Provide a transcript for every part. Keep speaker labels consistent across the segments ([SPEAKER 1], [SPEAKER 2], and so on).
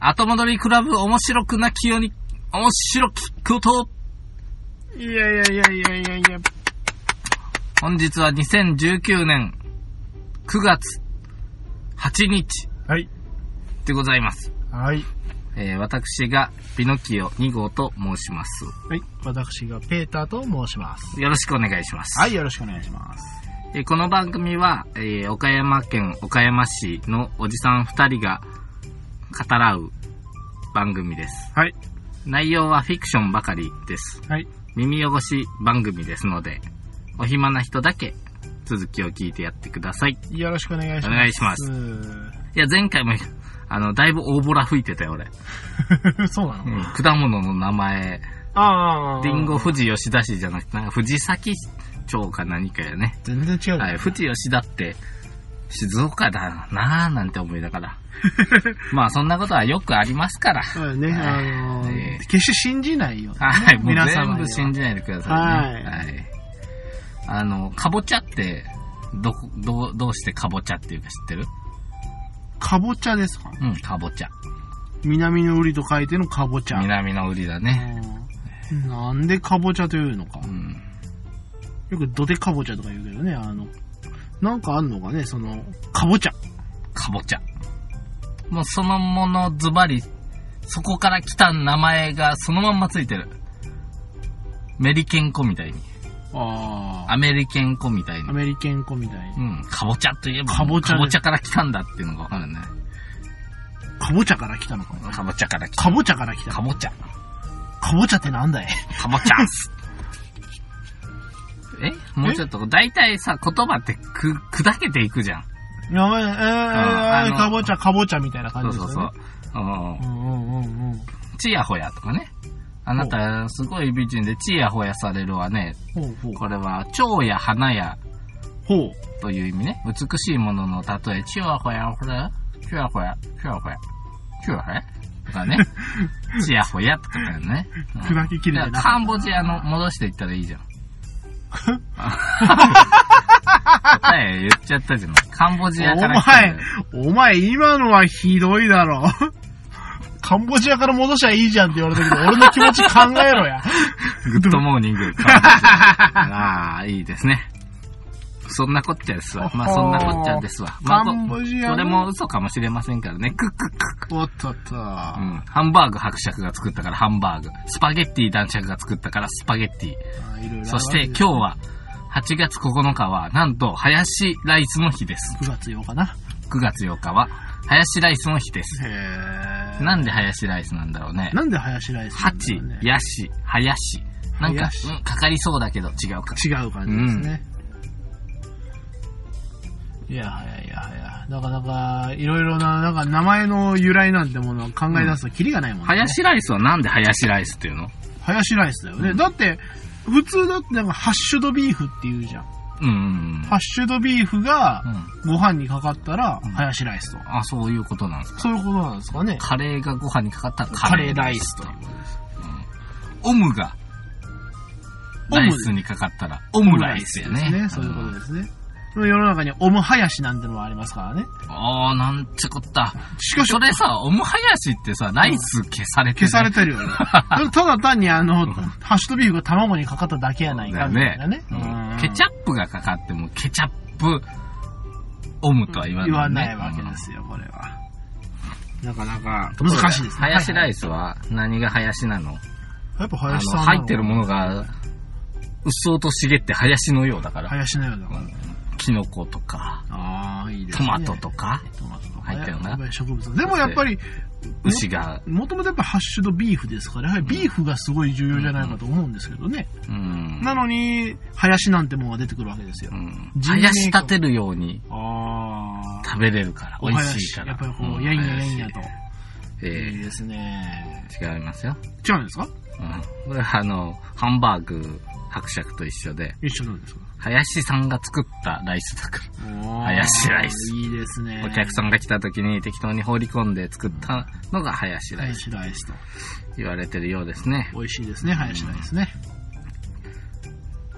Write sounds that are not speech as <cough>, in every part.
[SPEAKER 1] 後戻りクラブ面白くなきように、面白きこと。
[SPEAKER 2] いやいやいやいやいやいや。
[SPEAKER 1] 本日は2019年9月8日
[SPEAKER 2] はい。
[SPEAKER 1] でございます。
[SPEAKER 2] はい。
[SPEAKER 1] えー私がピノキオ2号と申します。
[SPEAKER 2] はい。私がペーターと申します。
[SPEAKER 1] よろしくお願いします。
[SPEAKER 2] はい、よろしくお願いします。
[SPEAKER 1] えーこの番組は、えー岡山県岡山市のおじさん2人が語らう番組です。
[SPEAKER 2] はい。
[SPEAKER 1] 内容はフィクションばかりです。
[SPEAKER 2] はい。
[SPEAKER 1] 耳汚し番組ですので、お暇な人だけ続きを聞いてやってください。
[SPEAKER 2] よろしくお願いします。
[SPEAKER 1] お願いしますいや、前回も、 <laughs> あの、だいぶ大ボラ吹いてたよ、俺。
[SPEAKER 2] す。 <laughs> そうなの、
[SPEAKER 1] うん、果物の名前、
[SPEAKER 2] ああ。
[SPEAKER 1] リンゴ富士吉田市じゃなくて、なんか藤崎町か何かやね。
[SPEAKER 2] 全然違う。
[SPEAKER 1] はい、富士吉田って、静岡だなぁ、なんて思いなが
[SPEAKER 2] <laughs>
[SPEAKER 1] ら。まあ、そんなことはよくありますから。
[SPEAKER 2] そうだね。
[SPEAKER 1] は
[SPEAKER 2] あ
[SPEAKER 1] い
[SPEAKER 2] のー
[SPEAKER 1] ええ
[SPEAKER 2] 決して信じないよ、ね。
[SPEAKER 1] はい、もう
[SPEAKER 2] 皆様
[SPEAKER 1] 全
[SPEAKER 2] に
[SPEAKER 1] 部
[SPEAKER 2] は
[SPEAKER 1] 信じないでくださいね。はい。あの、かぼちゃって、どこ、どう、どうしてかぼちゃっていうか知ってる
[SPEAKER 2] かぼちゃですか
[SPEAKER 1] うん、かぼちゃ。
[SPEAKER 2] 南の売りと書いてのかぼちゃ。
[SPEAKER 1] 南の売りだね。
[SPEAKER 2] うんなんでかぼちゃというのか
[SPEAKER 1] う。ん。
[SPEAKER 2] よくどでかぼちゃとか言うけどね、あの、なんかあんのかね、その、かぼちゃ。
[SPEAKER 1] かぼちゃ。もうそのものズバリ、そこから来た名前がそのまんまついてる。メリケンコみたいに。
[SPEAKER 2] あ
[SPEAKER 1] アメリケンコみたいに
[SPEAKER 2] ア。メリケン子みたいに
[SPEAKER 1] う。ん、かぼちゃといえば、
[SPEAKER 2] かぼちゃね
[SPEAKER 1] かぼちゃから来たんだっていうのがわかるね。
[SPEAKER 2] かぼちゃから来たのかな
[SPEAKER 1] かぼちゃから来た。
[SPEAKER 2] かぼちゃから来た。
[SPEAKER 1] か
[SPEAKER 2] か
[SPEAKER 1] ぼちゃ。
[SPEAKER 2] ぼちゃってなんだい
[SPEAKER 1] かぼちゃっ <laughs> す。えもうちょっと、だいたいさ、言葉ってく、砕けていくじゃん。
[SPEAKER 2] やばい、えー、
[SPEAKER 1] あ
[SPEAKER 2] え
[SPEAKER 1] の
[SPEAKER 2] ー、かぼちゃ、かぼちゃみたいな
[SPEAKER 1] そ
[SPEAKER 2] 感
[SPEAKER 1] う
[SPEAKER 2] じ
[SPEAKER 1] そ
[SPEAKER 2] で
[SPEAKER 1] う
[SPEAKER 2] す
[SPEAKER 1] そ
[SPEAKER 2] よね
[SPEAKER 1] う。。うん。
[SPEAKER 2] うんうんうんうん。
[SPEAKER 1] ちやほやとかね。あなた、すごい美人でちやほやされるわね。
[SPEAKER 2] ほうほう。
[SPEAKER 1] これは、蝶や花や
[SPEAKER 2] ほう。
[SPEAKER 1] という意味ね。美しいものの例え、ちやほや、ほら、ちやほや、ちやほや、ちやほやとかね。ちやほやとかだよね。うん
[SPEAKER 2] 砕けきれてなかった
[SPEAKER 1] だからカンボジアの戻していったらいいじゃん。答え言っちゃったじゃん。カンボジアから来たんだよ
[SPEAKER 2] お前、お前今のはひどいだろ。 <laughs> カンボジアから戻しゃいいじゃんって言われたけど、俺の気持ち考えろ <laughs> や。
[SPEAKER 1] グッドモーニング。ああ、いいですね。そんなこっちゃですわ。まあそんなこっちゃですわ。まあ
[SPEAKER 2] カンボジアの
[SPEAKER 1] これも嘘かもしれませんからね。クックックク。
[SPEAKER 2] おっとっと。
[SPEAKER 1] うん。ハンバーグ伯爵が作ったからハンバーグ。スパゲッティ男爵が作ったからスパゲッティ。
[SPEAKER 2] あいろいろあるわけです
[SPEAKER 1] そして今日は、8月9日は、なんと、ハヤシライスの日です。
[SPEAKER 2] 9月8日な。
[SPEAKER 1] 9月8日は、ハヤシライスの日です。
[SPEAKER 2] へ
[SPEAKER 1] な
[SPEAKER 2] な
[SPEAKER 1] んでハヤシライスなんだろうね。
[SPEAKER 2] なんで林ライスな
[SPEAKER 1] ハ
[SPEAKER 2] んだ
[SPEAKER 1] チ
[SPEAKER 2] ろうね、
[SPEAKER 1] ヤシ、ハヤシ。なんか
[SPEAKER 2] ハヤ、シ
[SPEAKER 1] うん、かかりそうだけど違うか。
[SPEAKER 2] 違う感じですね。いやはやいやはや。なかなか、いろいろな、なんか名前の由来なんてものを考え出すとキリがないもんね。
[SPEAKER 1] ハヤシライスはなんでハヤシライスっていうの
[SPEAKER 2] 林ライスだよね。だって、普通だってなんかハッシュドビーフって言うじゃん。
[SPEAKER 1] うんうん
[SPEAKER 2] ハッシュドビーフが
[SPEAKER 1] うん。うん。
[SPEAKER 2] ご飯にかかったら、
[SPEAKER 1] うん
[SPEAKER 2] ハヤシライスと。
[SPEAKER 1] あ、そういうことなんですか。
[SPEAKER 2] そういうことなんですかね。
[SPEAKER 1] カレーがご飯にかかったら
[SPEAKER 2] カレーライスと。
[SPEAKER 1] オムが、
[SPEAKER 2] オム
[SPEAKER 1] ライスにかかったら、オムライスや
[SPEAKER 2] です
[SPEAKER 1] ね。
[SPEAKER 2] そういうことですね。世の中にオムハヤシなんてのもありますからね。
[SPEAKER 1] うんああ、なんてこった。
[SPEAKER 2] しかし
[SPEAKER 1] そ、れさ、オムハヤシってさ、ライス消されて
[SPEAKER 2] 消され
[SPEAKER 1] て
[SPEAKER 2] て
[SPEAKER 1] <laughs>
[SPEAKER 2] るよね。ただ単にあの、ハッシュドビーフが卵にかかっただけやないかみたいなね。うん
[SPEAKER 1] ケチャップがかかっても、ケチャップ、オムとは言わない、ね。
[SPEAKER 2] 言わないわけですよ、これは。なかなか難しいですね。
[SPEAKER 1] ハヤシラ
[SPEAKER 2] イ
[SPEAKER 1] イスは何がハヤシなの
[SPEAKER 2] やっぱ
[SPEAKER 1] あ
[SPEAKER 2] 林さ
[SPEAKER 1] の、
[SPEAKER 2] ん。
[SPEAKER 1] 入ってるもの。が、うっそうと茂って林のようだから。
[SPEAKER 2] 林のようだから。
[SPEAKER 1] キノコとか、
[SPEAKER 2] ああ、いいです
[SPEAKER 1] ト
[SPEAKER 2] ね。
[SPEAKER 1] マトとか、
[SPEAKER 2] トマトとか
[SPEAKER 1] 入ってるな
[SPEAKER 2] やっぱり植物。でもやっぱり、
[SPEAKER 1] 牛が、
[SPEAKER 2] もともとやっぱハッシュドビーフですから、やはりビーフがすごい重要じゃないかと思うんですけどね。
[SPEAKER 1] うん。
[SPEAKER 2] なのに、林なんてもんが出てくるわけですよ
[SPEAKER 1] う。ん。
[SPEAKER 2] 人命
[SPEAKER 1] 林立てるように
[SPEAKER 2] ああ。
[SPEAKER 1] 食べれるから、
[SPEAKER 2] お
[SPEAKER 1] 美
[SPEAKER 2] 林
[SPEAKER 1] 味しいから。
[SPEAKER 2] やっぱりこ
[SPEAKER 1] う
[SPEAKER 2] う、
[SPEAKER 1] ん
[SPEAKER 2] やんややんやと。
[SPEAKER 1] え
[SPEAKER 2] いいですね。
[SPEAKER 1] え違いますよ。
[SPEAKER 2] 違うんですか
[SPEAKER 1] うん。これはあの、ハンバーグ伯爵と一緒で、
[SPEAKER 2] 一緒なんですか
[SPEAKER 1] 林さんが作ったライスだから。林
[SPEAKER 2] 林
[SPEAKER 1] ライス
[SPEAKER 2] いいですね。
[SPEAKER 1] お客さんが来た時に適当に放り込んで作ったのが林ライス
[SPEAKER 2] 林ライスと。
[SPEAKER 1] 言われてるようですね。
[SPEAKER 2] 美味しいですね、林ライスね。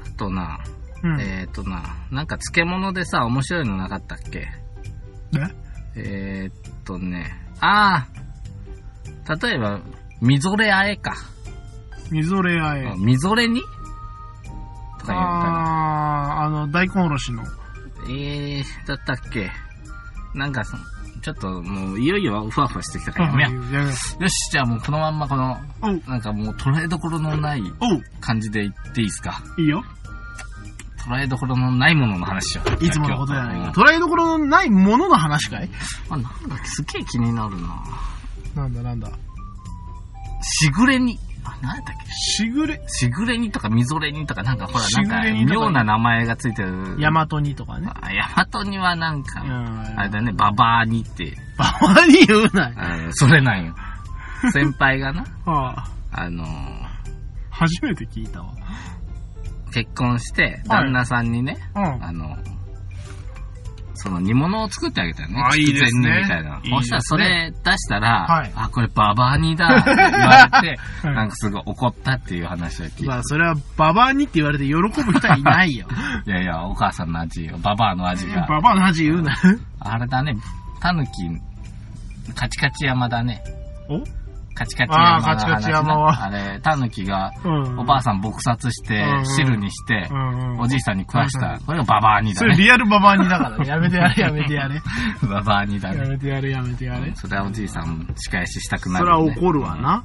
[SPEAKER 1] あとな、
[SPEAKER 2] うん。え
[SPEAKER 1] えっ、ー、とな、なんか漬物でさ、面白いのなかったっけえー、っとね、ああ、例えば、みぞれあえか。
[SPEAKER 2] みぞれあえ。
[SPEAKER 1] あみぞれにとか言うみたいな。
[SPEAKER 2] ああー、あの、大根おろしの。
[SPEAKER 1] えー、だったっけなんかその、ちょっともういよいよふわふわしてきたからやめよ
[SPEAKER 2] やめよ
[SPEAKER 1] う。よし、じゃあもうこのまんまこの、
[SPEAKER 2] うおう、
[SPEAKER 1] なんかもう捉えどころのない
[SPEAKER 2] おう、
[SPEAKER 1] 感じで言っていいですか
[SPEAKER 2] いいよ。
[SPEAKER 1] 捉えどころのないものの話を。
[SPEAKER 2] いつものことやない
[SPEAKER 1] 今日
[SPEAKER 2] か。捉えどころのないものの話かい
[SPEAKER 1] うんあ、なんだっけすげえ気になるな
[SPEAKER 2] なんだなんだ。
[SPEAKER 1] しぐれに。あ、なんやったっけ
[SPEAKER 2] しぐれ、
[SPEAKER 1] しぐれにとかみぞれにとかなんかほら、
[SPEAKER 2] し
[SPEAKER 1] なん
[SPEAKER 2] ぐ
[SPEAKER 1] か
[SPEAKER 2] れにとか
[SPEAKER 1] 妙な名前がついてる。
[SPEAKER 2] ヤマトにとかね。
[SPEAKER 1] あ。ヤマトにはなんか、
[SPEAKER 2] うん
[SPEAKER 1] あれだね、ババアにって、
[SPEAKER 2] ババに言うなよ。
[SPEAKER 1] あのそれ
[SPEAKER 2] <laughs>
[SPEAKER 1] なんよ。先輩がな、
[SPEAKER 2] ああ、
[SPEAKER 1] あのー
[SPEAKER 2] 初めて聞いたわ。
[SPEAKER 1] 結婚して、旦那さんにね、
[SPEAKER 2] うん。
[SPEAKER 1] あの、その煮物を作ってあげたよね。
[SPEAKER 2] あいいです
[SPEAKER 1] 筑
[SPEAKER 2] ね
[SPEAKER 1] 前煮みたいな。
[SPEAKER 2] いいですね
[SPEAKER 1] そしたらそれ出したら、
[SPEAKER 2] はい
[SPEAKER 1] あ、これババアにだって言わ
[SPEAKER 2] <laughs>
[SPEAKER 1] れて、
[SPEAKER 2] はい
[SPEAKER 1] なんかすごい怒ったっていう話を聞い
[SPEAKER 2] まあ、
[SPEAKER 1] た。
[SPEAKER 2] それは、ババアにって言われて喜ぶ人はいないよ。
[SPEAKER 1] いやいや、お母さんの味よ。ババアの味が。
[SPEAKER 2] ババアの恥言うな。
[SPEAKER 1] あれだね、タヌキ、カチカチ山だね。
[SPEAKER 2] お
[SPEAKER 1] カチカチ山の話な
[SPEAKER 2] あーカチカチ山は
[SPEAKER 1] あれ、タヌキが、
[SPEAKER 2] うん
[SPEAKER 1] おばあさん撲殺して
[SPEAKER 2] うんう、ん
[SPEAKER 1] 汁にして、
[SPEAKER 2] うんうん
[SPEAKER 1] おじいさんに食わし
[SPEAKER 2] うん
[SPEAKER 1] た。これがババアニ
[SPEAKER 2] そ
[SPEAKER 1] だ
[SPEAKER 2] れ
[SPEAKER 1] ね。
[SPEAKER 2] リアルババアにだから
[SPEAKER 1] <laughs>
[SPEAKER 2] ね。やめてやれ、やめてやれ。
[SPEAKER 1] ババアニだ
[SPEAKER 2] や
[SPEAKER 1] ね。
[SPEAKER 2] めてやれ、やめてやれ。
[SPEAKER 1] それはおじいさん仕返ししたくな
[SPEAKER 2] そ
[SPEAKER 1] る
[SPEAKER 2] れ
[SPEAKER 1] よ
[SPEAKER 2] は
[SPEAKER 1] ね、
[SPEAKER 2] 怒るわな。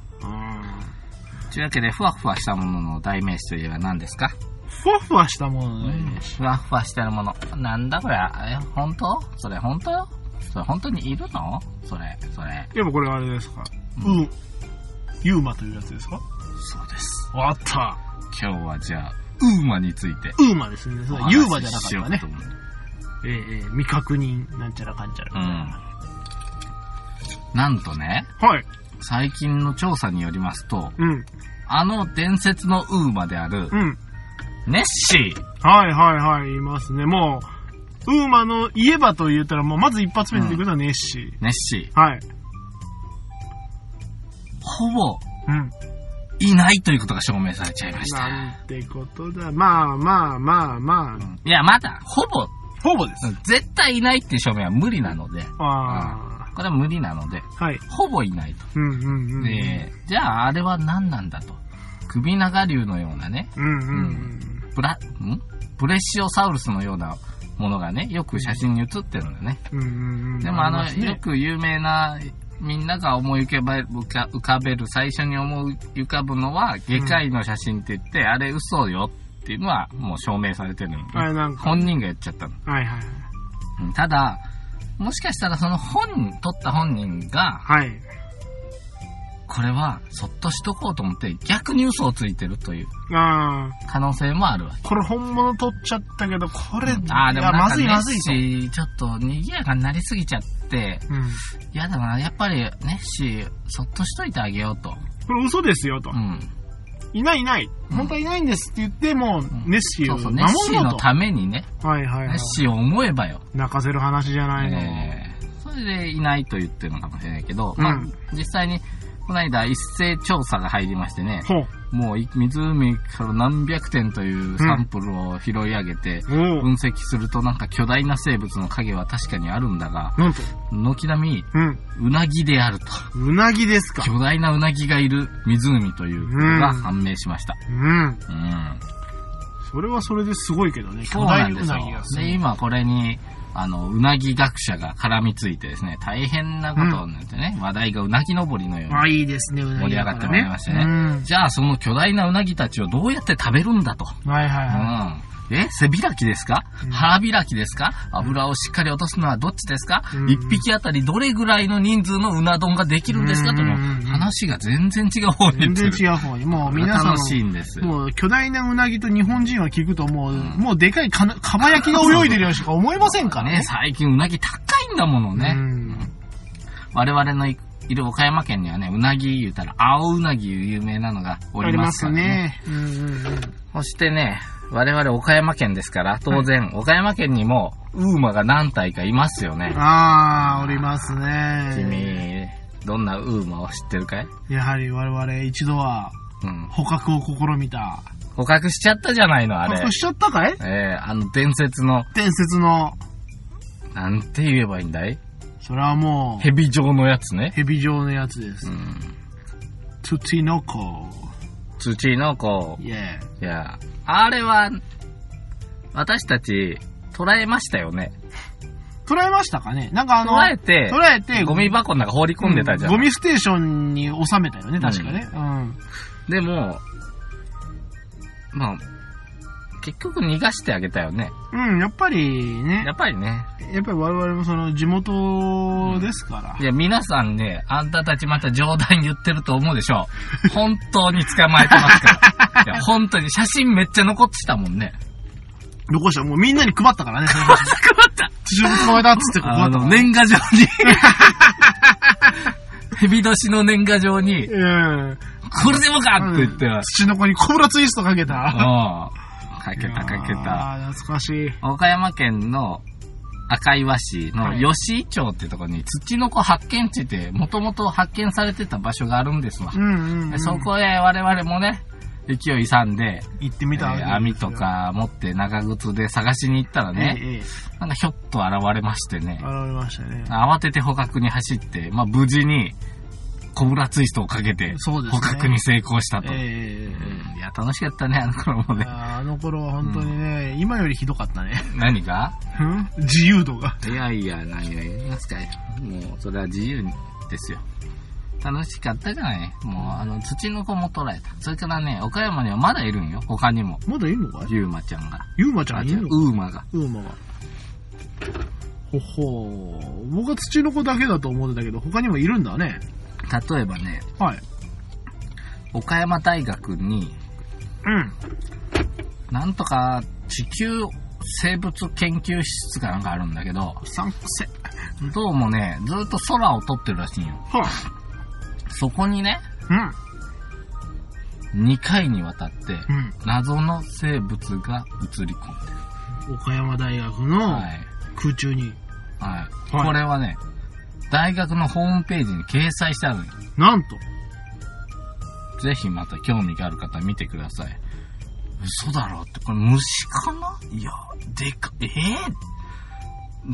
[SPEAKER 1] というわけで、ふわふわしたものの代名詞といえば何ですか
[SPEAKER 2] ふわふわしたものね。
[SPEAKER 1] ふわふわしてるもの。なんだこれえ、本当それ本当よそれ本当にいるのそれ、それ。
[SPEAKER 2] やっぱこれあれですか。
[SPEAKER 1] う
[SPEAKER 2] うん。ユーマというやつですか
[SPEAKER 1] そうです。
[SPEAKER 2] あった。
[SPEAKER 1] 今日はじゃあ、ウーマについて。
[SPEAKER 2] ウーマですね。そうだユーマじゃ
[SPEAKER 1] お
[SPEAKER 2] なかった
[SPEAKER 1] 話ししよう
[SPEAKER 2] ね
[SPEAKER 1] と。思う
[SPEAKER 2] ええええ未確認なんちゃらかんちゃら。
[SPEAKER 1] うん。なんとね、
[SPEAKER 2] はい。
[SPEAKER 1] 最近の調査によりますと、
[SPEAKER 2] うん。
[SPEAKER 1] あの伝説のウーマである
[SPEAKER 2] う、ん。
[SPEAKER 1] ネッシー
[SPEAKER 2] はいはいはい、いますね。もう、ウーマの言えばと言ったら、もうまず一発目に出てくるのはネッシー。
[SPEAKER 1] ネッシー、
[SPEAKER 2] はい。
[SPEAKER 1] ほぼ、
[SPEAKER 2] うん。
[SPEAKER 1] いないということが証明されちゃいました。
[SPEAKER 2] なんてことだ。まあまあまあま
[SPEAKER 1] う
[SPEAKER 2] あ。
[SPEAKER 1] んいや、まだ、ほぼ、
[SPEAKER 2] ほぼです。
[SPEAKER 1] うん絶対いないっていう証明は無理なので、
[SPEAKER 2] あ
[SPEAKER 1] これは無理なので、
[SPEAKER 2] あ。はい。
[SPEAKER 1] ほぼいないと。
[SPEAKER 2] うんうんうん。
[SPEAKER 1] で、じゃああれは何なんだと。首長竜のようなね、
[SPEAKER 2] うんうんうん。
[SPEAKER 1] ブラ、んプレシオサウルスのようなものがね、よく写真に写ってるんだね。
[SPEAKER 2] うんうんうん。
[SPEAKER 1] でもあの、
[SPEAKER 2] ります
[SPEAKER 1] よ
[SPEAKER 2] ね、
[SPEAKER 1] く有名な、みんなが思い浮かべる、浮か浮かべる、最初に思い浮かぶのは、外科医の写真って言って、あれ嘘よっていうのはもう証明されてるのね、
[SPEAKER 2] あれなんか、
[SPEAKER 1] 本人が言っちゃったの。
[SPEAKER 2] はいはい
[SPEAKER 1] うんただ、もしかしたらその本、撮った本人が、
[SPEAKER 2] はい。はい。
[SPEAKER 1] これはそっとしとこうと思って逆に嘘をついてるという
[SPEAKER 2] あ
[SPEAKER 1] 可能性もあるわけ。
[SPEAKER 2] あ、これ本物取っちゃったけど、これ、
[SPEAKER 1] ああ、でもな
[SPEAKER 2] いや
[SPEAKER 1] ん
[SPEAKER 2] ま
[SPEAKER 1] か
[SPEAKER 2] ずい
[SPEAKER 1] ね、
[SPEAKER 2] まずいぞ。
[SPEAKER 1] しちょっと賑やかになりすぎちゃって、
[SPEAKER 2] うん。
[SPEAKER 1] やだな、やっぱりね、し、そっとしといてあげようと。
[SPEAKER 2] これ嘘ですよ、と
[SPEAKER 1] う。ん。
[SPEAKER 2] いないいない。
[SPEAKER 1] うん
[SPEAKER 2] 本当はいないんですって言って、もう、ネッシー
[SPEAKER 1] そ
[SPEAKER 2] を
[SPEAKER 1] うそ
[SPEAKER 2] 守
[SPEAKER 1] う、ネッシー
[SPEAKER 2] ろ
[SPEAKER 1] の
[SPEAKER 2] う
[SPEAKER 1] ためにね、
[SPEAKER 2] と。はいはい
[SPEAKER 1] ネ
[SPEAKER 2] は
[SPEAKER 1] ッ
[SPEAKER 2] い。
[SPEAKER 1] シーを思えばよ。
[SPEAKER 2] 泣かせる話じゃないの。
[SPEAKER 1] えーそれでいないと言ってるのかもしれないけど、
[SPEAKER 2] うん
[SPEAKER 1] まあ、実際に、この間一斉調査が入りましてね、
[SPEAKER 2] ほう。
[SPEAKER 1] もうい湖から何百点というサンプルを拾い上げて、
[SPEAKER 2] おう
[SPEAKER 1] 分析するとなんか巨大な生物の影は確かにあるんだが、
[SPEAKER 2] なんと。
[SPEAKER 1] 軒並み、
[SPEAKER 2] うん。
[SPEAKER 1] うなぎであると。
[SPEAKER 2] うなぎですか。
[SPEAKER 1] 巨大なうなぎがいる湖ということが判明しました。
[SPEAKER 2] うん。
[SPEAKER 1] うん。
[SPEAKER 2] それはそれですごいけどね。巨
[SPEAKER 1] そうな
[SPEAKER 2] 大
[SPEAKER 1] んで
[SPEAKER 2] なう
[SPEAKER 1] す
[SPEAKER 2] な
[SPEAKER 1] よ
[SPEAKER 2] ぎが。。
[SPEAKER 1] で、今これに、あの、うなぎ学者が絡みついてですね、大変なことになってね、話題がうなぎ登りのように。
[SPEAKER 2] あ、いいですね、うなぎだから、
[SPEAKER 1] 盛り上がっ
[SPEAKER 2] ね。
[SPEAKER 1] てまいりましたね
[SPEAKER 2] うん。
[SPEAKER 1] じゃあその巨大なうなぎたちをどうやって食べるんだと。
[SPEAKER 2] はいはいうは
[SPEAKER 1] ん。え背開きですか
[SPEAKER 2] うん
[SPEAKER 1] 腹開きですか油をしっかり落とすのはどっちですか
[SPEAKER 2] うん
[SPEAKER 1] 一匹あたりどれぐらいの人数のうな丼ができるんですかとも
[SPEAKER 2] うんうんうん
[SPEAKER 1] 話が全然違う方
[SPEAKER 2] い。
[SPEAKER 1] に行って
[SPEAKER 2] 全然
[SPEAKER 1] る。
[SPEAKER 2] 違う方に。もう皆さん
[SPEAKER 1] 楽しいんです。
[SPEAKER 2] もう巨大なうなぎと日本人は聞くともう、もうでかいかなかば焼きが泳いでるようしか思いませんから
[SPEAKER 1] ね、
[SPEAKER 2] ね。
[SPEAKER 1] 最近うなぎ高いんだものね。
[SPEAKER 2] うん
[SPEAKER 1] 我々のいいる岡山県にはね、うなぎ言うたら、青うなぎ有名なのがお
[SPEAKER 2] あ
[SPEAKER 1] り
[SPEAKER 2] り
[SPEAKER 1] ま
[SPEAKER 2] ますす
[SPEAKER 1] からね。
[SPEAKER 2] ね。うんうんうん。
[SPEAKER 1] そしてね、我々岡山県ですから、当然、岡山県にも、ウーマが何体かいますよね。
[SPEAKER 2] ああ、おりますね。
[SPEAKER 1] 君、どんなウーマを知ってるかい
[SPEAKER 2] やはり我々一度は
[SPEAKER 1] うん。
[SPEAKER 2] 捕獲を試みた。
[SPEAKER 1] 捕獲しちゃったじゃないの、あ
[SPEAKER 2] 捕
[SPEAKER 1] れ
[SPEAKER 2] 獲。しちゃったかい
[SPEAKER 1] えー、あの伝説の、
[SPEAKER 2] 伝説の、
[SPEAKER 1] なんて言えばいいんだい
[SPEAKER 2] それはもう、
[SPEAKER 1] 蛇状のやつね。
[SPEAKER 2] 蛇状のやつです
[SPEAKER 1] う。ん。
[SPEAKER 2] トゥティノコ。
[SPEAKER 1] 土の子。
[SPEAKER 2] イェ
[SPEAKER 1] いや、あれは、私たち、捉えましたよね。
[SPEAKER 2] 捉えましたかねなんかあの、
[SPEAKER 1] 捉えて、
[SPEAKER 2] 捉えて、
[SPEAKER 1] ゴミ箱の中放り込んでたじゃん。
[SPEAKER 2] うゴミステーションに収めたよね、確かね。うん。
[SPEAKER 1] でも、まあ、結局逃がしてあげたよね。
[SPEAKER 2] うん、やっぱりね
[SPEAKER 1] や、っぱりね。
[SPEAKER 2] やっぱり我々もその地元ですから
[SPEAKER 1] い。や、皆さんね、あんたたちまた冗談言ってると思うでし <laughs> ょ。本当に捕まえてます <laughs> から。いや、本当に写真めっちゃ残ってたもんね。
[SPEAKER 2] 残したもうみんなに配ったからね、その写
[SPEAKER 1] 配
[SPEAKER 2] 真
[SPEAKER 1] った <laughs>
[SPEAKER 2] 自分捕まえたっつって配
[SPEAKER 1] あ
[SPEAKER 2] った
[SPEAKER 1] の、
[SPEAKER 2] か
[SPEAKER 1] 年賀 <laughs> 状に。蛇年の年賀状に、
[SPEAKER 2] ら。うん。
[SPEAKER 1] これでもかって <laughs> 言って。
[SPEAKER 2] 土の子にコブラツイストかけた。
[SPEAKER 1] ああ、かけたかけた。
[SPEAKER 2] ああ、懐かしい。
[SPEAKER 1] 岡山県の赤岩市の吉井町ってとこに、土の子発見地って、もともと発見されてた場所があるんですわ
[SPEAKER 2] う。んうん、う
[SPEAKER 1] で
[SPEAKER 2] ん。
[SPEAKER 1] そこへ我々もね、勢い勇んで、
[SPEAKER 2] 行ってみたわけ
[SPEAKER 1] え
[SPEAKER 2] です
[SPEAKER 1] ー
[SPEAKER 2] よ
[SPEAKER 1] 網と。か持って長靴で探しに行ったらね、
[SPEAKER 2] ええ、ええ。
[SPEAKER 1] なんかひょっと現れましてね
[SPEAKER 2] 現、れましたね。
[SPEAKER 1] 慌てて捕獲に走って、まあ無事に、コブラツイストをかけて、
[SPEAKER 2] そうで
[SPEAKER 1] 捕
[SPEAKER 2] すね
[SPEAKER 1] 獲に成功したと。
[SPEAKER 2] ええええ
[SPEAKER 1] うんいや、楽しかったね、あの頃も
[SPEAKER 2] ええ。
[SPEAKER 1] ね。
[SPEAKER 2] あーあの頃は本当にね、今よりひどかったね。
[SPEAKER 1] 何が
[SPEAKER 2] 自由度が。
[SPEAKER 1] いやいや、何を言いますかよ。もう、それは自由ですよ。楽しかったじゃない。もう、あの、土の子も捉えた。それからね、岡山にはまだいるんよ。他にも。
[SPEAKER 2] まだいるのか
[SPEAKER 1] ゆうまちゃんが。
[SPEAKER 2] ユーマちゃ
[SPEAKER 1] あ、
[SPEAKER 2] んい
[SPEAKER 1] 違う
[SPEAKER 2] るの、か
[SPEAKER 1] ウーマが。
[SPEAKER 2] ウーマは。ほほー。僕は土の子だけだと思ってたけど、他にもいるんだね。
[SPEAKER 1] 例えばね、
[SPEAKER 2] はい。
[SPEAKER 1] 岡山大学に、
[SPEAKER 2] うん。
[SPEAKER 1] なんとか地球生物研究室かなんかあるんだけど、
[SPEAKER 2] 三癖。
[SPEAKER 1] どうもね、ずっと空を撮ってるらしいんよ。
[SPEAKER 2] は
[SPEAKER 1] そこにね、
[SPEAKER 2] あ。
[SPEAKER 1] 2回にわたって、
[SPEAKER 2] うん。
[SPEAKER 1] 謎の生物が映り込んでる。
[SPEAKER 2] うん。岡山大学の
[SPEAKER 1] はい。
[SPEAKER 2] 空中に。
[SPEAKER 1] はい。
[SPEAKER 2] はい
[SPEAKER 1] これはね、大学のホームページに掲載してあるのよ。
[SPEAKER 2] なんと。
[SPEAKER 1] ぜひまた興味がある方見てください。嘘だろって、これ虫かないや、でか、えー